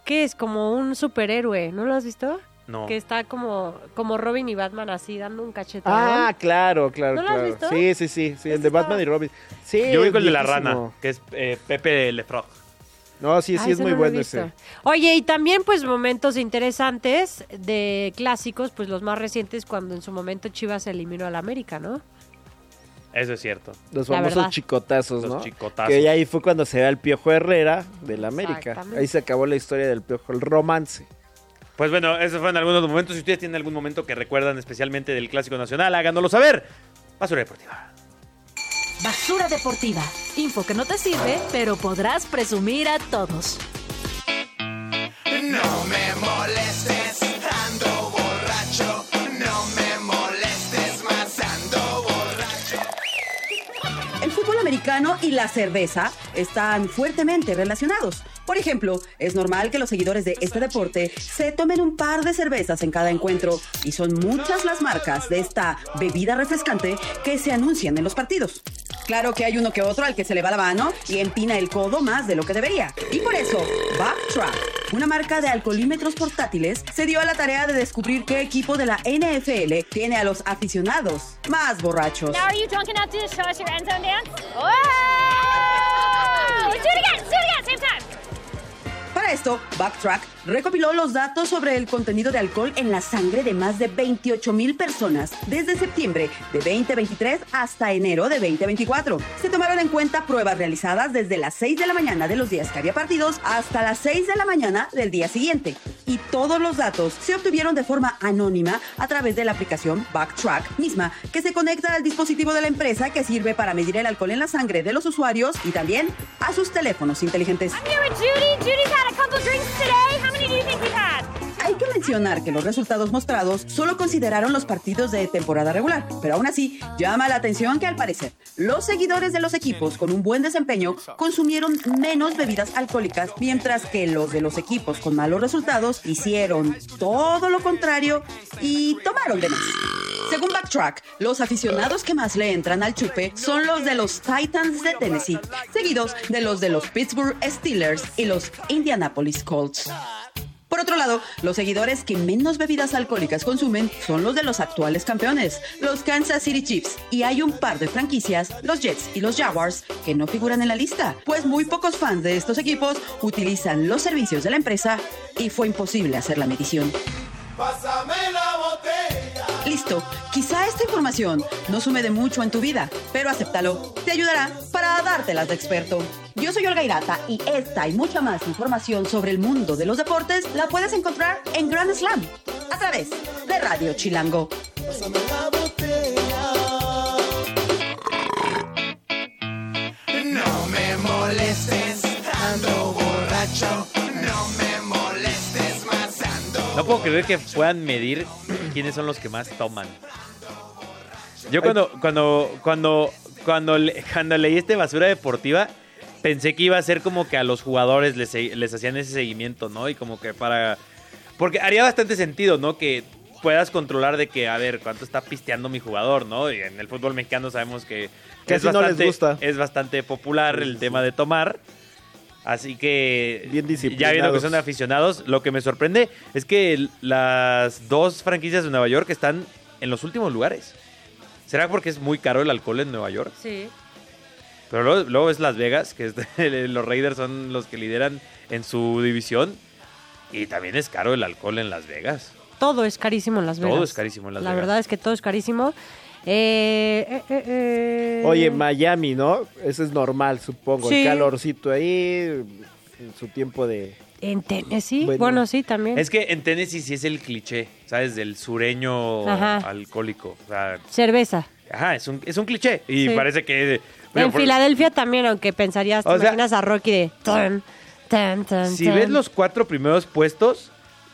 Speaker 4: ¿Qué es? Como un superhéroe, ¿no lo has visto?
Speaker 3: No.
Speaker 5: Oh.
Speaker 4: Que está como, como Robin y Batman así, dando un cachetón.
Speaker 5: Ah, claro, claro,
Speaker 4: ¿No lo has
Speaker 5: claro.
Speaker 4: visto?
Speaker 5: Sí, sí, sí, sí, el
Speaker 4: Ese
Speaker 5: de
Speaker 4: está-
Speaker 5: Batman y Robin. Sí,
Speaker 3: Yo voy con el de la
Speaker 5: viejísimo.
Speaker 3: rana, que es eh, Pepe Lefrog.
Speaker 5: No, sí, sí
Speaker 4: Ah,
Speaker 5: es
Speaker 4: ese
Speaker 5: muy
Speaker 4: no lo he
Speaker 5: bueno
Speaker 4: visto.
Speaker 5: ese.
Speaker 4: Oye, y también pues momentos interesantes de clásicos, pues los más recientes cuando en su momento Chivas eliminó al América, ¿no?
Speaker 3: Eso es cierto.
Speaker 5: Los
Speaker 4: La
Speaker 5: famosos
Speaker 4: verdad.
Speaker 5: chicotazos,
Speaker 3: Los
Speaker 5: ¿no?
Speaker 3: chicotazos.
Speaker 5: Que ahí fue cuando se da el Piojo Herrera del América.
Speaker 4: Exactamente.
Speaker 5: Ahí se acabó la historia del Piojo, el romance.
Speaker 3: Pues bueno, esos fueron algunos momentos. Si ustedes tienen algún momento que recuerdan especialmente del Clásico Nacional, háganoslo saber. Basura Deportiva.
Speaker 1: Basura deportiva. Info que no te sirve, pero podrás presumir a todos.
Speaker 10: No me molestes, ando borracho. No me molestes más, ando borracho.
Speaker 11: El fútbol americano y la cerveza están fuertemente relacionados. Por ejemplo, es normal que los seguidores de este deporte se tomen un par de cervezas en cada encuentro y son muchas las marcas de esta bebida refrescante que se anuncian en los partidos. Claro que hay uno que otro al que se le va la mano y empina el codo más de lo que debería. Y por eso, Backtrack, una marca de alcoholímetros portátiles, se dio a la tarea de descubrir qué equipo de la NFL tiene a los aficionados más borrachos.
Speaker 12: Now, are you drunk enough to show us your end zone dance? Whoa! Do it again! Do it again! Same time!
Speaker 11: Para esto, Backtrack recopiló los datos sobre el contenido de alcohol en la sangre de más de 28 mil personas desde septiembre de 2023 hasta enero de 2024. Se tomaron en cuenta pruebas realizadas desde las 6 de la mañana de los días que había partidos hasta las 6 de la mañana del día siguiente. Y todos los datos se obtuvieron de forma anónima a través de la aplicación Backtrack misma, que se conecta al dispositivo de la empresa que sirve para medir el alcohol en la sangre de los usuarios y también a sus teléfonos inteligentes.
Speaker 12: I'm here with Judy. Judy's had a couple drinks today. How many do you think we've had?
Speaker 11: Hay que mencionar que los resultados mostrados solo consideraron los partidos de temporada regular, pero aún así llama la atención que al parecer los seguidores de los equipos con un buen desempeño consumieron menos bebidas alcohólicas, mientras que los de los equipos con malos resultados hicieron todo lo contrario y tomaron de más. Según Backtrack, los aficionados que más le entran al chupe son los de los Titans de Tennessee, seguidos de los de los Pittsburgh Steelers y los Indianapolis Colts. Por otro lado, los seguidores que menos bebidas alcohólicas consumen son los de los actuales campeones, los Kansas City Chiefs, y hay un par de franquicias, los Jets y los Jaguars, que no figuran en la lista, pues muy pocos fans de estos equipos utilizan los servicios de la empresa y fue imposible hacer la medición.
Speaker 10: Pásame la botella.
Speaker 11: Listo, quizá esta información no sume de mucho en tu vida, pero acéptalo, te ayudará para dártelas de experto. Yo soy Olga Irata y esta y mucha más información sobre el mundo de los deportes la puedes encontrar en Grand Slam a través de Radio Chilango.
Speaker 10: Pásame la botella. No me molestes, ando borracho. No me molestes más, ando.
Speaker 3: No puedo creer que puedan medir quiénes son los que más toman. Yo cuando, cuando, cuando, cuando, le- cuando leí este basura deportiva, pensé que iba a ser como que a los jugadores les, se- les hacían ese seguimiento, ¿no? Y como que para. Porque haría bastante sentido, ¿no? Que puedas controlar de que, a ver, cuánto está pisteando mi jugador, ¿no? Y en el fútbol mexicano sabemos que
Speaker 5: Casi no les gusta.
Speaker 3: es bastante popular el tema de tomar. Así que ya viendo que
Speaker 5: disciplinados.
Speaker 3: son aficionados, lo que me sorprende es que el- las dos franquicias de Nueva York están en los últimos lugares. ¿Será porque es muy caro el alcohol en Nueva York?
Speaker 4: Sí.
Speaker 3: Pero luego, luego es Las Vegas, que es- los Raiders son los que lideran en su división. Y también es caro el alcohol en Las Vegas.
Speaker 4: Todo es carísimo en Las
Speaker 3: Todo
Speaker 4: Vegas.
Speaker 3: es carísimo en Las
Speaker 4: la
Speaker 3: Vegas.
Speaker 4: verdad es que todo es carísimo. Eh, eh, eh, eh.
Speaker 5: Oye, Miami, ¿no? Eso es normal, supongo.
Speaker 4: Sí.
Speaker 5: El calorcito ahí, en su tiempo de...
Speaker 4: En Tennessee.
Speaker 5: Bueno.
Speaker 4: Bueno, sí, también.
Speaker 3: Es que en Tennessee sí es el cliché, ¿sabes? Del sureño
Speaker 4: Ajá.
Speaker 3: alcohólico. O sea,
Speaker 4: Cerveza.
Speaker 3: ajá, es un, es un cliché. Y
Speaker 4: Sí.
Speaker 3: parece que...
Speaker 4: en
Speaker 3: por-
Speaker 4: Filadelfia también, aunque pensarías, te
Speaker 3: O sea-
Speaker 4: imaginas a Rocky de... Tan, tan, tan,
Speaker 3: Si
Speaker 4: tan.
Speaker 3: ves los cuatro primeros puestos,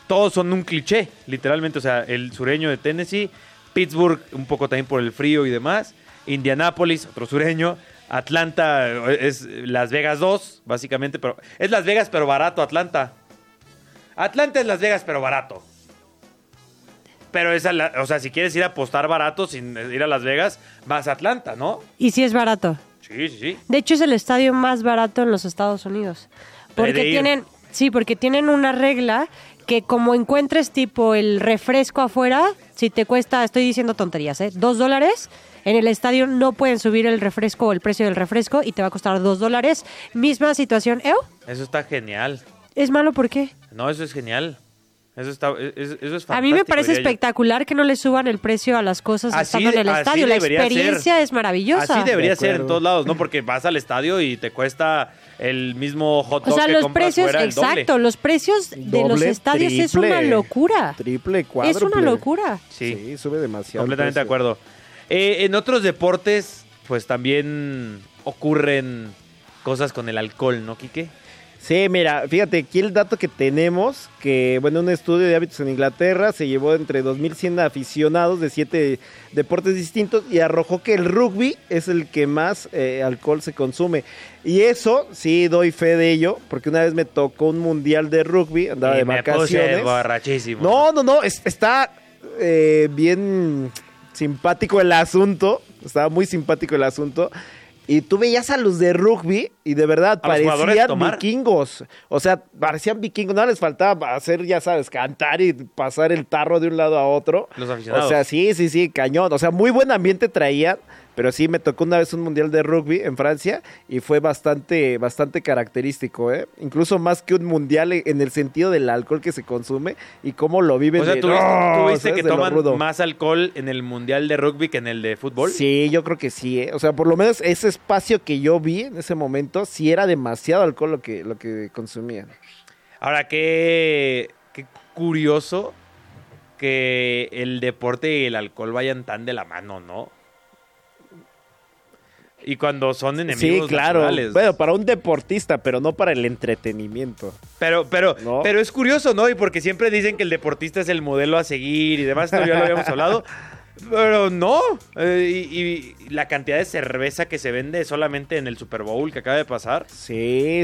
Speaker 3: todos son un cliché, literalmente. O sea, el sureño de Tennessee, Pittsburgh, un poco también por el frío y demás, Indianápolis, otro sureño, Atlanta, eh, es Las Vegas 2, básicamente, pero es Las Vegas, pero barato, Atlanta. Atlanta es Las Vegas, pero barato. Pero esa, la- o sea, si quieres ir a apostar barato sin ir a Las Vegas, vas a Atlanta, ¿no?
Speaker 4: Y sí es barato.
Speaker 3: Sí, sí, sí.
Speaker 4: De hecho, es el estadio más barato en los Estados Unidos. Porque
Speaker 3: de ir.
Speaker 4: tienen, sí, porque tienen una regla que como encuentres tipo el refresco afuera, si te cuesta, estoy diciendo tonterías, ¿eh? Dos dólares. En el estadio no pueden subir el refresco o el precio del refresco y te va a costar dos dólares. Misma situación. ¿Ew?
Speaker 3: Eso está genial.
Speaker 4: ¿Es malo por qué?
Speaker 3: No, eso es genial. Eso, está, es- eso es fantástico.
Speaker 4: a mí me parece
Speaker 3: diría yo.
Speaker 4: espectacular que no le suban el precio a las cosas
Speaker 3: Así
Speaker 4: estando en
Speaker 3: de-
Speaker 4: el
Speaker 3: así
Speaker 4: estadio. La
Speaker 3: debería ser.
Speaker 4: experiencia es maravillosa.
Speaker 3: Así debería
Speaker 5: De
Speaker 3: ser en
Speaker 5: acuerdo.
Speaker 3: todos lados, ¿no? Porque vas al estadio y te cuesta el mismo hot
Speaker 4: O
Speaker 3: dog
Speaker 4: sea,
Speaker 3: que
Speaker 4: los
Speaker 3: compras
Speaker 4: precios,
Speaker 3: fuera, el doble.
Speaker 4: exacto, los precios de los
Speaker 5: Doble,
Speaker 4: estadios es una
Speaker 5: triple.
Speaker 4: locura.
Speaker 5: Triple,
Speaker 4: Ah. Es
Speaker 5: cuádruple.
Speaker 4: una locura.
Speaker 3: Sí,
Speaker 5: Sí, sube demasiado. el
Speaker 3: completamente de
Speaker 5: precio.
Speaker 3: acuerdo. Eh, en otros deportes, pues también ocurren cosas con el alcohol, ¿no, Quique?
Speaker 5: Sí, mira, fíjate, aquí el dato que tenemos, que bueno, un estudio de hábitos en Inglaterra se llevó entre 2.100 aficionados de siete deportes distintos y arrojó que el rugby es el que más eh, alcohol se consume. Y eso, sí, doy fe de ello, porque una vez me tocó un mundial de rugby, andaba
Speaker 3: Y
Speaker 5: de
Speaker 3: Eh, me
Speaker 5: vacaciones.
Speaker 3: puse borrachísimo.
Speaker 5: No, no, no, es- está eh, bien simpático el asunto. Estaba muy simpático el asunto. Y tú veías a los de rugby y de verdad
Speaker 3: ¿A los jugadores
Speaker 5: parecían
Speaker 3: tomar?
Speaker 5: vikingos. O sea, parecían vikingos. No les faltaba hacer, ya sabes, cantar y pasar el tarro de un lado a otro.
Speaker 3: Los aficionados.
Speaker 5: O sea, sí, sí, sí, cañón. O sea, muy buen ambiente traían. Pero sí, me tocó una vez un mundial de rugby en Francia y fue bastante, bastante característico, ¿eh? Incluso más que un mundial en el sentido del alcohol que se consume y cómo lo viven.
Speaker 3: O sea,
Speaker 5: de-
Speaker 3: ¿tú viste,
Speaker 5: ¡No!
Speaker 3: tú viste
Speaker 5: ¿sabes?
Speaker 3: que
Speaker 5: De lo rudo.
Speaker 3: toman más alcohol en el mundial de rugby que en el de fútbol?
Speaker 5: Sí, yo creo que sí, ¿eh? O sea, por lo menos ese espacio que yo vi en ese momento, sí era demasiado alcohol lo que, lo que consumían.
Speaker 3: Ahora, qué, qué curioso que el deporte y el alcohol vayan tan de la mano, ¿no? Y cuando son enemigos
Speaker 5: sí, claro.
Speaker 3: naturales.
Speaker 5: Bueno, para un deportista, pero no para el entretenimiento.
Speaker 3: Pero, pero,
Speaker 5: No.
Speaker 3: pero es curioso, ¿no? Y porque siempre dicen que el deportista es el modelo a seguir y demás, esto ya lo habíamos hablado. Pero no. Eh, y, y la cantidad de cerveza que se vende solamente en el Super Bowl que acaba de pasar.
Speaker 5: Sí,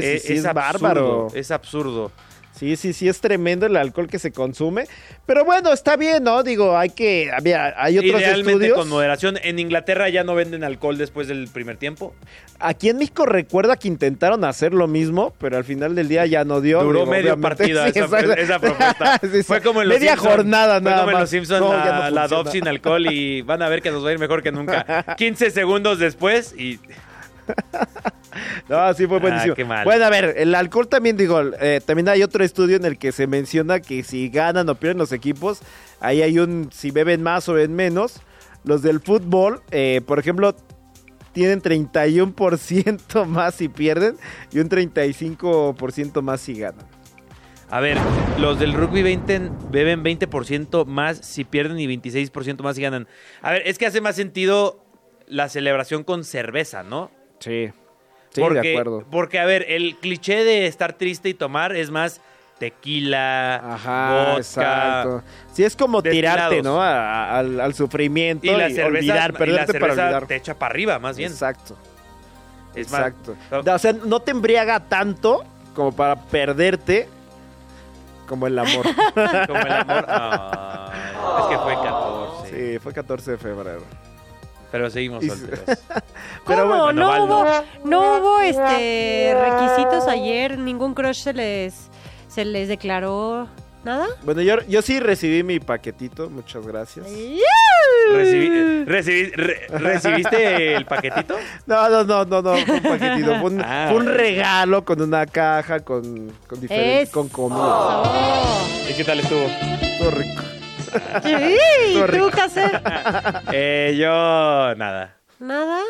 Speaker 5: sí,
Speaker 3: eh,
Speaker 5: sí, es,
Speaker 3: absurdo,
Speaker 5: bárbaro.
Speaker 3: Es absurdo.
Speaker 5: Sí, sí, sí, es tremendo el alcohol que se consume. Pero bueno, está bien, ¿no? Digo, hay que. Había, hay otros
Speaker 3: Idealmente
Speaker 5: estudios.
Speaker 3: con moderación. En Inglaterra ya no venden alcohol después del primer tiempo.
Speaker 5: Aquí en México recuerda que intentaron hacer lo mismo, pero al final del día ya no dio.
Speaker 3: Duró
Speaker 5: digo,
Speaker 3: medio
Speaker 5: obviamente.
Speaker 3: partido
Speaker 5: Sí,
Speaker 3: esa,
Speaker 5: exacto.
Speaker 3: esa propuesta.
Speaker 5: Sí,
Speaker 3: Fue
Speaker 5: sí.
Speaker 3: como en los
Speaker 5: Media
Speaker 3: Simpson.
Speaker 5: jornada
Speaker 3: Fue
Speaker 5: nada
Speaker 3: como en
Speaker 5: más.
Speaker 3: los Simpsons,
Speaker 5: No, ya
Speaker 3: la,
Speaker 5: no
Speaker 3: la
Speaker 5: funciona.
Speaker 3: Dove sin alcohol y van a ver que nos va a ir mejor que nunca. 15 segundos después y
Speaker 5: No, sí fue buenísimo.
Speaker 3: Ah, qué mal.
Speaker 5: Bueno, a ver, el alcohol también, digo, eh, también hay otro estudio en el que se menciona que si ganan o pierden los equipos, ahí hay un, si beben más o beben menos. Los del fútbol, eh, por ejemplo, tienen 31% más si pierden y un 35% más si ganan.
Speaker 3: A ver, los del rugby 20 beben 20% más si pierden y 26% más si ganan. A ver, es que hace más sentido la celebración con cerveza, ¿no?
Speaker 5: Sí. Sí,
Speaker 3: porque,
Speaker 5: de acuerdo.
Speaker 3: Porque, a ver, el cliché de estar triste y tomar es más tequila,
Speaker 5: Ajá,
Speaker 3: vodka.
Speaker 5: exacto. Sí, es como tirarte,
Speaker 3: destilados.
Speaker 5: ¿no? A- a- al, al sufrimiento y,
Speaker 3: Y la cerveza,
Speaker 5: olvidar,
Speaker 3: y la
Speaker 5: perderte para
Speaker 3: cerveza
Speaker 5: olvidar.
Speaker 3: te echa para arriba, más bien.
Speaker 5: Exacto.
Speaker 3: Es más-
Speaker 5: Exacto. O sea, no te embriaga tanto como para perderte como el amor.
Speaker 3: Como el amor. Ay, es que fue 14.
Speaker 5: Sí, fue 14 de febrero.
Speaker 3: Pero seguimos
Speaker 5: Y-
Speaker 3: solteros.
Speaker 5: Pero
Speaker 4: ¿Cómo?
Speaker 5: bueno,
Speaker 4: no,
Speaker 3: Val,
Speaker 4: hubo,
Speaker 3: no.
Speaker 4: no hubo este requisitos ayer, ningún crush se les, se les declaró nada.
Speaker 5: Bueno, yo, yo sí recibí mi paquetito, muchas gracias.
Speaker 3: Recibí- recibí- re- ¿Recibiste el paquetito?
Speaker 5: No, no, no, no, no, fue un paquetito. Fue un,
Speaker 3: Ah.
Speaker 5: fue un regalo con una caja, con, con, diferente-
Speaker 4: Eso.
Speaker 5: con comida.
Speaker 3: ¿Y qué tal estuvo?
Speaker 5: Todo rico.
Speaker 4: Sí, ¿Tú,
Speaker 5: Todo rico.
Speaker 4: Casel?
Speaker 3: Eh, yo nada.
Speaker 4: Nada.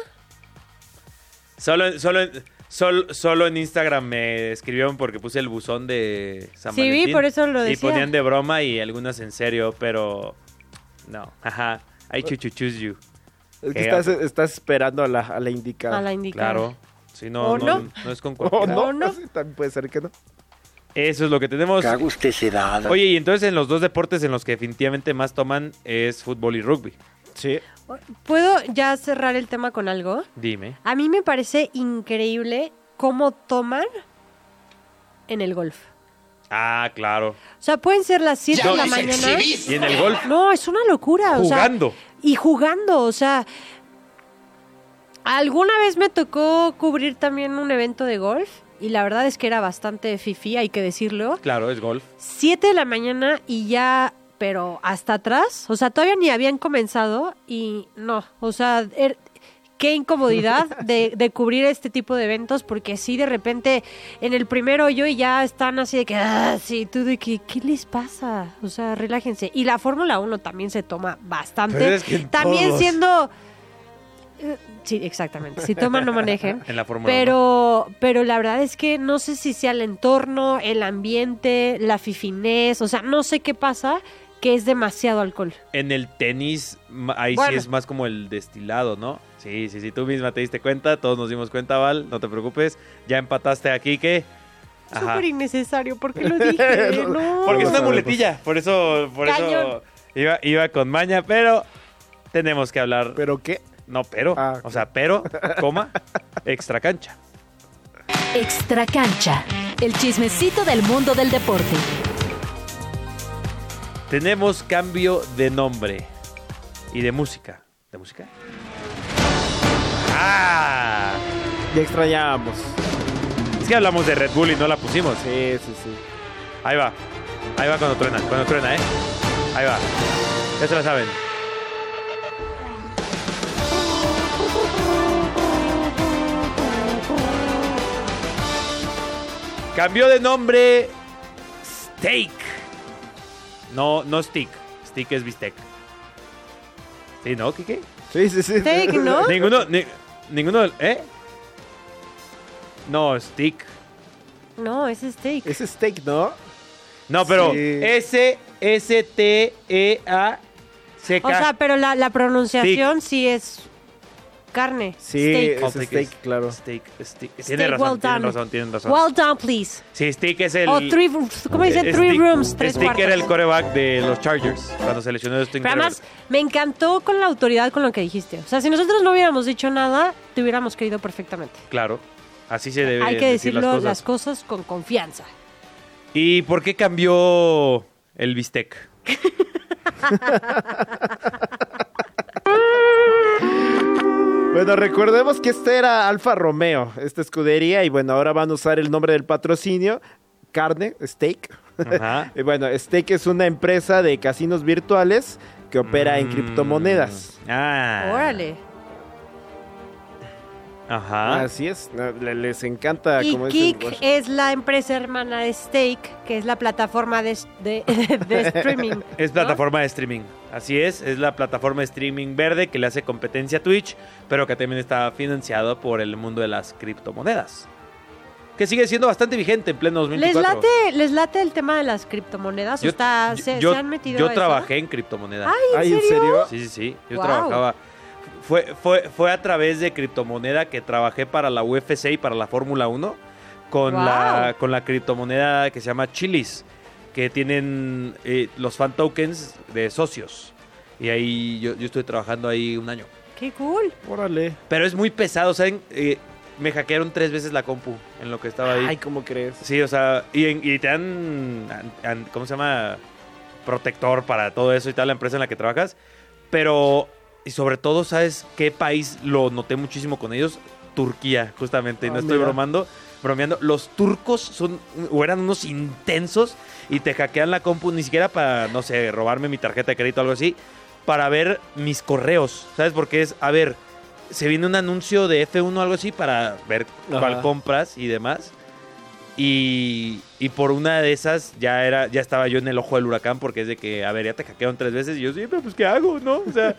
Speaker 3: Solo, solo, sol- solo en Instagram me escribieron porque puse el buzón de San
Speaker 4: Sí, vi,
Speaker 3: Valentín.
Speaker 4: por eso lo
Speaker 3: Y
Speaker 4: decía.
Speaker 3: ponían de broma y algunas en serio, pero no. Ajá. I choo choo choose you.
Speaker 5: Es que
Speaker 3: Qué
Speaker 5: estás,
Speaker 3: gato.
Speaker 5: estás esperando a la, a la indicada.
Speaker 4: A la indicada.
Speaker 3: Claro. Si no,
Speaker 4: ¿O
Speaker 3: no,
Speaker 4: no?
Speaker 3: no es con
Speaker 5: O
Speaker 3: cualquiera.
Speaker 5: no,
Speaker 4: ¿O no?
Speaker 5: sí, también puede ser que no.
Speaker 3: Eso es lo que tenemos.
Speaker 9: usted se da.
Speaker 3: Oye, y entonces en los dos deportes en los que definitivamente más toman es fútbol y rugby.
Speaker 5: Sí.
Speaker 4: ¿Puedo ya cerrar el tema con algo?
Speaker 3: Dime.
Speaker 4: A mí me parece increíble cómo toman en el golf.
Speaker 3: Ah, claro.
Speaker 4: O sea, pueden ser las 7 de la mañana.
Speaker 3: Y en el golf,
Speaker 4: No, es una locura. o sea,
Speaker 3: jugando.
Speaker 4: y jugando, o sea, alguna vez me tocó cubrir también un evento de golf y la verdad es que era bastante fifí, hay que decirlo.
Speaker 3: Claro, es golf.
Speaker 4: Siete de la mañana y ya, pero hasta atrás, o sea, todavía ni habían comenzado y no, o sea, er- qué incomodidad de, de cubrir este tipo de eventos porque si de repente en el primer hoyo y ya están así de que, ah, sí, tú de que, ¿qué les pasa? O sea, relájense. Y la Fórmula 1 también se toma bastante.
Speaker 3: Pero es que en
Speaker 4: también
Speaker 3: todos.
Speaker 4: siendo... eh, Sí, exactamente. Si toman, no manejen.
Speaker 3: En la Fórmula
Speaker 4: Pero, pero la verdad es que no sé si sea el entorno, el ambiente, la fifinez, o sea, no sé qué pasa, que es demasiado alcohol.
Speaker 3: En el tenis, ma- ahí sí
Speaker 4: Bueno.
Speaker 3: es más como el destilado, ¿no? Sí, sí, sí, tú misma te diste cuenta, todos nos dimos cuenta, Val, no te preocupes, ya empataste aquí, ¿qué? Ajá.
Speaker 4: Súper innecesario, ¿por qué lo dije? No.
Speaker 3: Porque es una
Speaker 5: Todos sabemos.
Speaker 3: muletilla, por eso, por
Speaker 4: Cañón.
Speaker 3: eso iba, iba con maña, pero tenemos que hablar,
Speaker 5: ¿Pero qué?
Speaker 3: no, pero,
Speaker 5: Ah,
Speaker 3: o sea, pero, coma, extra cancha.
Speaker 1: Extra cancha. El chismecito del mundo del deporte.
Speaker 3: Tenemos cambio de nombre y de música. ¿De música? ¡Ah!
Speaker 5: Ya extrañábamos.
Speaker 3: Es que hablamos de Red Bull y no la pusimos. ¿eh?
Speaker 5: Sí, sí, sí.
Speaker 3: Ahí va. Ahí va cuando truena, cuando truena, ¿eh? Ahí va. Ya se la saben. Cambió de nombre Steak. No, no Stick. Stick es bistec. ¿Sí, no, Kike?
Speaker 5: Sí, sí, sí.
Speaker 4: Steak, ¿no?
Speaker 3: Ninguno, ni- ninguno, del- ¿eh? No, Stick.
Speaker 4: No, es steak.
Speaker 5: Es steak, ¿no?
Speaker 3: No, pero
Speaker 5: Sí.
Speaker 3: E, S-S-T-E-A-C-K.
Speaker 4: O sea, pero la, la pronunciación sí es carne.
Speaker 5: Sí,
Speaker 4: Steak.
Speaker 5: es steak, claro.
Speaker 3: Steak, steak. Tienen
Speaker 4: Steak
Speaker 3: eh, razón,
Speaker 4: well
Speaker 3: tienen
Speaker 4: done.
Speaker 3: razón, tienen razón.
Speaker 4: Well done, please.
Speaker 3: sí, Steak es el...
Speaker 4: o three, rooms, ¿cómo dicen?
Speaker 3: Steak-
Speaker 4: Three rooms, tres
Speaker 3: Steak
Speaker 4: cuartos.
Speaker 3: era el coreback de los Chargers cuando se lesionó Justin
Speaker 4: Pero además, me encantó con la autoridad con lo que dijiste. O sea, si nosotros no hubiéramos dicho nada, te hubiéramos creído perfectamente.
Speaker 3: Claro, así se debe
Speaker 4: Hay que
Speaker 3: decir
Speaker 4: decirlo
Speaker 3: las cosas.
Speaker 4: las cosas con confianza.
Speaker 3: ¿Y por qué cambió el bistec?
Speaker 5: Bueno, recordemos que este era Alfa Romeo, esta escudería, y bueno, ahora van a usar el nombre del patrocinio, carne, steak.
Speaker 3: Ajá.
Speaker 5: y bueno, Steak es una empresa de casinos virtuales que opera
Speaker 3: Mm.
Speaker 5: en criptomonedas.
Speaker 3: Ah.
Speaker 4: Órale.
Speaker 3: Ajá.
Speaker 5: Así es, no, le- les
Speaker 3: Ah,
Speaker 5: encanta
Speaker 4: Y
Speaker 5: como dicen, pues.
Speaker 4: Kik
Speaker 5: wash-
Speaker 4: es la empresa hermana de Steak, que es la plataforma de, de- de streaming.
Speaker 3: Es plataforma de streaming. Así es, es la plataforma de streaming verde que le hace competencia a Twitch, pero que también está financiado por el mundo de las criptomonedas. Que sigue siendo bastante vigente en pleno
Speaker 4: ¿Les
Speaker 3: 2024.
Speaker 4: late, ¿Les late el tema de las criptomonedas? ¿O está- se,
Speaker 3: yo-
Speaker 4: se han metido
Speaker 3: yo
Speaker 4: a eso?
Speaker 3: trabajé en criptomonedas.
Speaker 4: Ay, ¿en eh, Ay, ¿en serio? serio?
Speaker 3: Sí, sí, sí. Yo
Speaker 4: Guau.
Speaker 3: trabajaba. Fue, fue, fue a través de criptomoneda que trabajé para la UFC y para la Fórmula 1 con,
Speaker 13: Guau.
Speaker 3: la, con la criptomoneda que se llama Chilis, que tienen eh, los fan tokens de socios. Y ahí yo, yo estuve trabajando ahí un año.
Speaker 4: ¡Qué cool!
Speaker 5: Órale.
Speaker 3: Pero es muy pesado, ¿saben? Eh, me hackearon tres veces la compu en lo que estaba ahí.
Speaker 5: Ay, ¿cómo crees?
Speaker 3: Pues, Sí, o sea, y, en- y te dan, an- an- ¿cómo se llama? Protector para todo eso y tal, la empresa en la que trabajas. Pero, y sobre todo, ¿sabes qué país lo noté muchísimo con ellos? Turquía, justamente. Y no
Speaker 5: Ah,
Speaker 3: estoy
Speaker 5: mira.
Speaker 3: bromando, bromeando. Los turcos son, o eran unos intensos y te hackean la compu ni siquiera para, no sé, robarme mi tarjeta de crédito o algo así, para ver mis correos. ¿Sabes? Porque es, a ver, se viene un anuncio de F1 o algo así para ver cuál
Speaker 5: Ajá.
Speaker 3: compras y demás. Y, y por una de esas ya era ya estaba yo en el ojo del huracán porque es de que, a ver, ya te hackearon tres veces y yo, sí, pero pues ¿qué hago, no? O sea,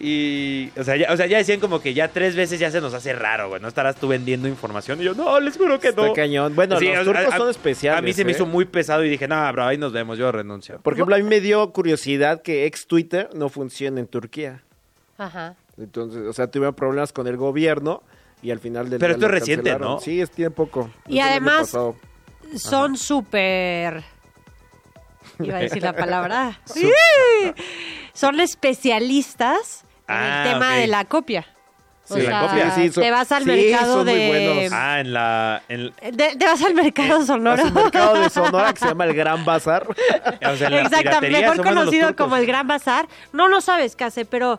Speaker 3: y, o sea, ya, o sea, ya decían como que ya tres veces ya se nos hace raro, güey, no estarás tú vendiendo información. Y yo, no, les juro que
Speaker 5: Está
Speaker 3: no.
Speaker 5: cañón. Bueno, los
Speaker 3: o sea,
Speaker 5: turcos
Speaker 3: a-
Speaker 5: son especiales,
Speaker 3: A mí se me
Speaker 5: ¿eh?
Speaker 3: hizo muy pesado y dije, no, bro, ahí nos vemos, yo renuncio.
Speaker 5: Por ejemplo, a mí me dio curiosidad que ex Twitter no funciona en Turquía.
Speaker 4: Ajá.
Speaker 5: Entonces, o sea, tuvieron problemas con el gobierno y al final del
Speaker 3: Pero
Speaker 5: día
Speaker 3: esto
Speaker 5: lo
Speaker 3: es reciente,
Speaker 5: cancelaron.
Speaker 3: ¿no?
Speaker 5: Sí, es tiene poco.
Speaker 4: Y
Speaker 5: Es del año
Speaker 4: además-
Speaker 5: pasado.
Speaker 4: Son súper... Iba a decir la palabra. Sí. Son especialistas en
Speaker 3: Ah,
Speaker 4: el tema
Speaker 3: ok.
Speaker 4: de la copia. O
Speaker 3: Sí,
Speaker 4: sea,
Speaker 3: la copia.
Speaker 4: te vas al mercado de...
Speaker 3: Ah, en la... en-
Speaker 4: de- Te vas al mercado sonoro.
Speaker 5: Es un mercado de Sonora que se llama el Gran Bazar.
Speaker 3: o sea, en la
Speaker 4: Exacto,
Speaker 3: piratería
Speaker 4: mejor
Speaker 3: somos los
Speaker 4: conocido
Speaker 3: turcos.
Speaker 4: como el Gran Bazar. No lo sabes qué hace, pero,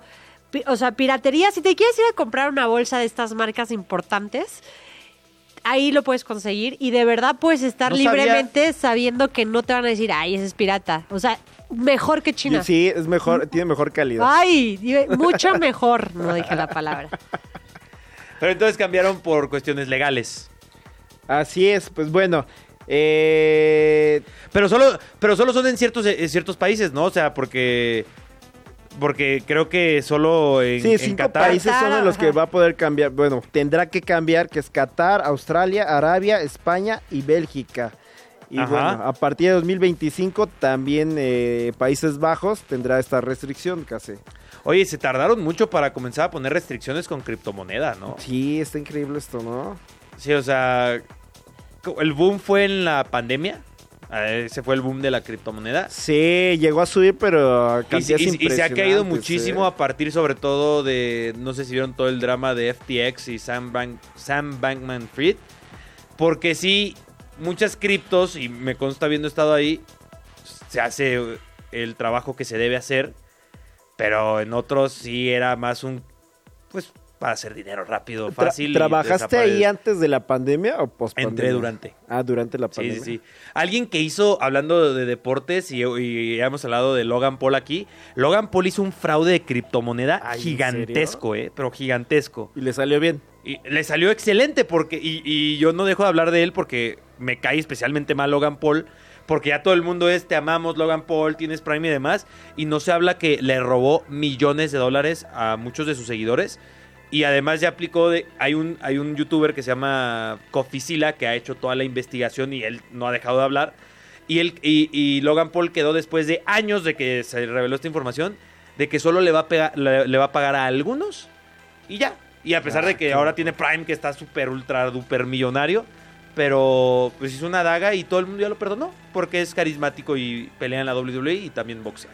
Speaker 4: pi- o sea, piratería, si te quieres ir a comprar una bolsa de estas marcas importantes, ahí lo puedes conseguir y de verdad puedes estar
Speaker 5: No sabía-
Speaker 4: libremente sabiendo que no te van a decir, ay, ese es pirata. O sea, mejor que China.
Speaker 5: Sí, es mejor, tiene mejor calidad.
Speaker 4: Ay, di- mucho mejor, no dije la palabra.
Speaker 3: Pero entonces cambiaron por cuestiones legales.
Speaker 5: Así es, pues bueno. eh,
Speaker 3: Pero solo, pero solo son en ciertos, en ciertos países, ¿no? O sea, porque. Porque creo que solo en,
Speaker 5: Sí,
Speaker 3: en
Speaker 5: cinco
Speaker 3: Qatar.
Speaker 5: países son en los que va a poder cambiar. Bueno, tendrá que cambiar, que es Qatar, Australia, Arabia, España y Bélgica. Y
Speaker 3: Ajá.
Speaker 5: bueno, a partir de 2025 también eh, Países Bajos tendrá esta restricción casi.
Speaker 3: Oye, se tardaron mucho para comenzar a poner restricciones con criptomoneda,
Speaker 5: Oh.
Speaker 3: ¿no?
Speaker 5: Sí, está increíble esto, ¿no?
Speaker 3: Sí, o sea. El boom fue en la pandemia. Eh, Ese fue el boom de la criptomoneda.
Speaker 5: Sí, llegó a subir, pero a
Speaker 3: Y, se-
Speaker 5: cantidades
Speaker 3: y- y se ha caído
Speaker 5: impresionantes, ¿eh?
Speaker 3: muchísimo a partir sobre todo de, no sé si vieron todo el drama de FTX y Sam, Bank, Sam Bankman Fried, porque sí, muchas criptos, y me consta habiendo estado ahí, se hace el trabajo que se debe hacer, pero en otros sí era más un, pues, para hacer dinero rápido,
Speaker 5: ¿eh? Tra-
Speaker 3: fácil. y
Speaker 5: ¿Trabajaste ahí
Speaker 3: desaparece.
Speaker 5: antes de la pandemia o post
Speaker 3: Entré durante.
Speaker 5: Ah, durante la
Speaker 3: Sí,
Speaker 5: pandemia.
Speaker 3: sí, sí. Alguien que hizo, hablando de deportes, y, y ya hemos hablado de Logan Paul aquí, Logan Paul hizo un fraude de criptomoneda
Speaker 5: Ay, ¿en
Speaker 3: gigantesco, ¿eh? Pero gigantesco.
Speaker 5: Y le salió bien.
Speaker 3: Y le salió excelente porque, y, y yo no dejo de hablar de él porque me cae especialmente mal Logan Paul, porque ya todo el mundo es, te amamos Logan Paul, tienes Prime y demás, y no se habla que le robó millones de dólares a muchos de sus seguidores. Y además ya aplicó de. Hay un, hay un youtuber que se llama Cofisila que ha hecho toda la investigación y él no ha dejado de hablar. Y, él, y, y Logan Paul quedó después de años de que se reveló esta información de que solo le va a, pega- le, le va a pagar a algunos y ya. Y a
Speaker 4: Ah,
Speaker 3: pesar de que ahora tiene Prime que está súper, ultra, duper millonario, pero pues hizo una daga y E todo el mundo ya lo perdonó porque es carismático y pelea en la WWE y también boxea.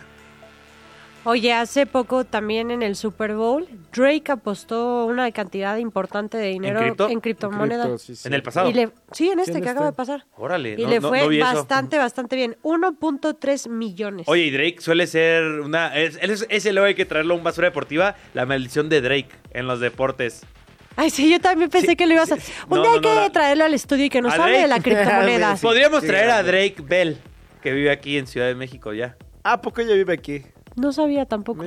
Speaker 4: Oye, hace poco también en el Super Bowl, Drake apostó una cantidad importante de dinero en,
Speaker 3: cripto?
Speaker 4: criptomonedas.
Speaker 3: En cripto, sí, sí. ¿En el pasado?
Speaker 4: Y le- sí, en este
Speaker 3: Sí, en
Speaker 4: que acaba
Speaker 3: este.
Speaker 4: de pasar.
Speaker 3: Órale,
Speaker 4: Y
Speaker 3: no-
Speaker 4: le
Speaker 3: no-
Speaker 4: fue
Speaker 3: no vi eso.
Speaker 4: bastante, bastante bien. 1.3 millones.
Speaker 3: Oye, y Drake suele ser una. Es, él es, ese luego hay que traerlo a un basura deportiva. La maldición de Drake en los deportes.
Speaker 4: Ay, sí, yo también pensé que lo ibas a... Un
Speaker 3: No,
Speaker 4: día hay
Speaker 3: no,
Speaker 4: que
Speaker 3: no, la-
Speaker 4: traerlo al estudio y que nos
Speaker 3: ¿A
Speaker 4: hable de la
Speaker 3: Drake?
Speaker 4: criptomoneda.
Speaker 3: Podríamos
Speaker 5: Qué
Speaker 3: traer a
Speaker 5: grande.
Speaker 3: Drake Bell, que vive aquí en Ciudad de México ya.
Speaker 5: Ah, porque ella vive aquí.
Speaker 4: No sabía tampoco.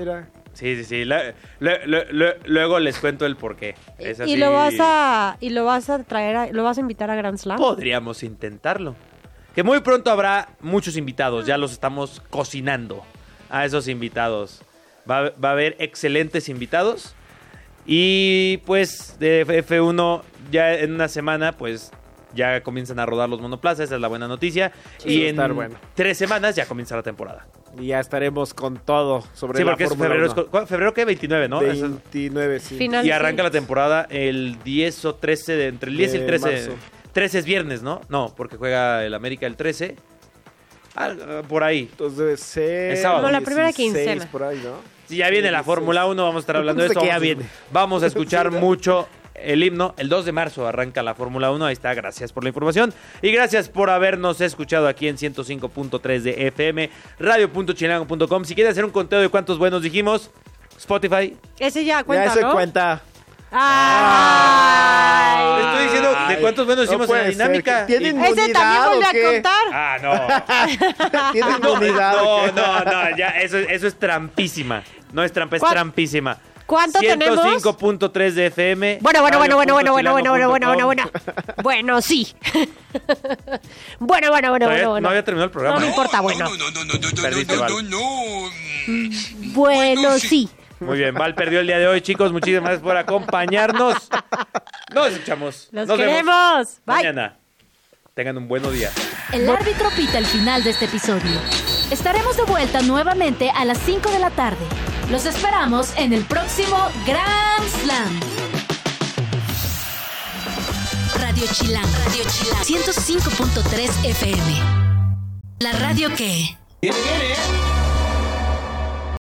Speaker 3: Sí, sí, sí. la- lo- lo- lo- luego les cuento el porqué. Es así.
Speaker 4: Y lo vas a y lo vas a traer, a- lo vas a invitar a Grand Slam.
Speaker 3: Oh. Podríamos intentarlo. Que muy pronto habrá muchos invitados. Ya los estamos cocinando a esos invitados. Va, va a haber excelentes invitados. Y pues de F1 ya en una semana pues ya comienzan a rodar los monoplazas. Esa es la buena noticia.
Speaker 5: Sí, va
Speaker 3: y
Speaker 5: a
Speaker 3: en
Speaker 5: estar bueno.
Speaker 3: tres semanas ya comienza la temporada.
Speaker 5: Y ya estaremos con todo sobre
Speaker 3: Sí,
Speaker 5: la
Speaker 3: porque es
Speaker 5: Fórmula
Speaker 3: febrero. es
Speaker 5: 1.
Speaker 3: cu- ¿cu- ¿Febrero qué? 29, ¿no? Eso es-
Speaker 5: 29, sí.
Speaker 4: Final
Speaker 3: y
Speaker 4: de
Speaker 3: arranca
Speaker 4: series.
Speaker 3: la temporada el 10 o 13 de entre el 10 y el
Speaker 5: De
Speaker 3: 13.
Speaker 5: marzo.
Speaker 3: 13 es viernes, ¿no? No, porque juega el América el 13. Ah, ah, por ahí.
Speaker 5: Entonces debe ser...
Speaker 3: Es sábado. Como la
Speaker 4: primera
Speaker 5: 16
Speaker 4: quincena.
Speaker 5: por ahí, ¿no?
Speaker 3: Si ya viene la Fórmula 1, vamos a estar hablando de
Speaker 5: Pensé
Speaker 3: eso.
Speaker 5: que Pues, ya
Speaker 3: Vamos, a-
Speaker 5: viene.
Speaker 3: vamos a escuchar mucho el himno. El 2 de marzo arranca la Fórmula 1. Ahí está. Gracias por la información. Y gracias por habernos escuchado aquí en 105.3 de FM, radio.chilango.com. Si quieres hacer un conteo de cuántos buenos dijimos, Spotify.
Speaker 4: Ese ya cuenta,
Speaker 5: ya se
Speaker 4: ¿no?
Speaker 5: cuenta. Ah.
Speaker 3: Te estoy diciendo de cuántos buenos
Speaker 5: No
Speaker 3: hicimos en la
Speaker 5: puede ser,
Speaker 3: dinámica.
Speaker 5: que tiene
Speaker 3: Y-
Speaker 5: inmunidad
Speaker 4: Ese también
Speaker 5: o
Speaker 4: vuelve
Speaker 5: qué?
Speaker 4: a contar.
Speaker 3: Ah, no.
Speaker 5: Tiene inmunidad. o
Speaker 3: No,
Speaker 5: qué?
Speaker 3: no, no, ya, eso, eso es trampísima. No es trampa, es
Speaker 4: ¿Cuál?
Speaker 3: trampísima.
Speaker 4: ¿Cuánto tenemos?
Speaker 3: 105.3 de FM.
Speaker 4: Bueno, bueno, bueno, bueno, bueno, bueno, bueno, bueno, bueno, bueno,
Speaker 3: radio.chilango.com.
Speaker 4: bueno. Bueno, sí. bueno, bueno, bueno,
Speaker 3: Todavía
Speaker 4: bueno, bueno.
Speaker 3: No había terminado el
Speaker 4: No
Speaker 3: programa.
Speaker 4: me importa, bueno.
Speaker 3: Perdiste, Val.
Speaker 4: Bueno, sí.
Speaker 3: Muy bien, Val perdió el día de hoy, chicos. Muchísimas gracias por acompañarnos. Nos escuchamos.
Speaker 4: Los
Speaker 3: Nos vemos
Speaker 4: queremos. Bye.
Speaker 3: mañana. Tengan un buen día.
Speaker 1: El árbitro pita el final de este episodio. Estaremos de vuelta nuevamente a las 5 de la tarde. Los esperamos en el próximo Grand Slam. Radio Chilán, Radio Chilán, 105.3 FM. La radio que...
Speaker 10: Viene, viene, ¿eh?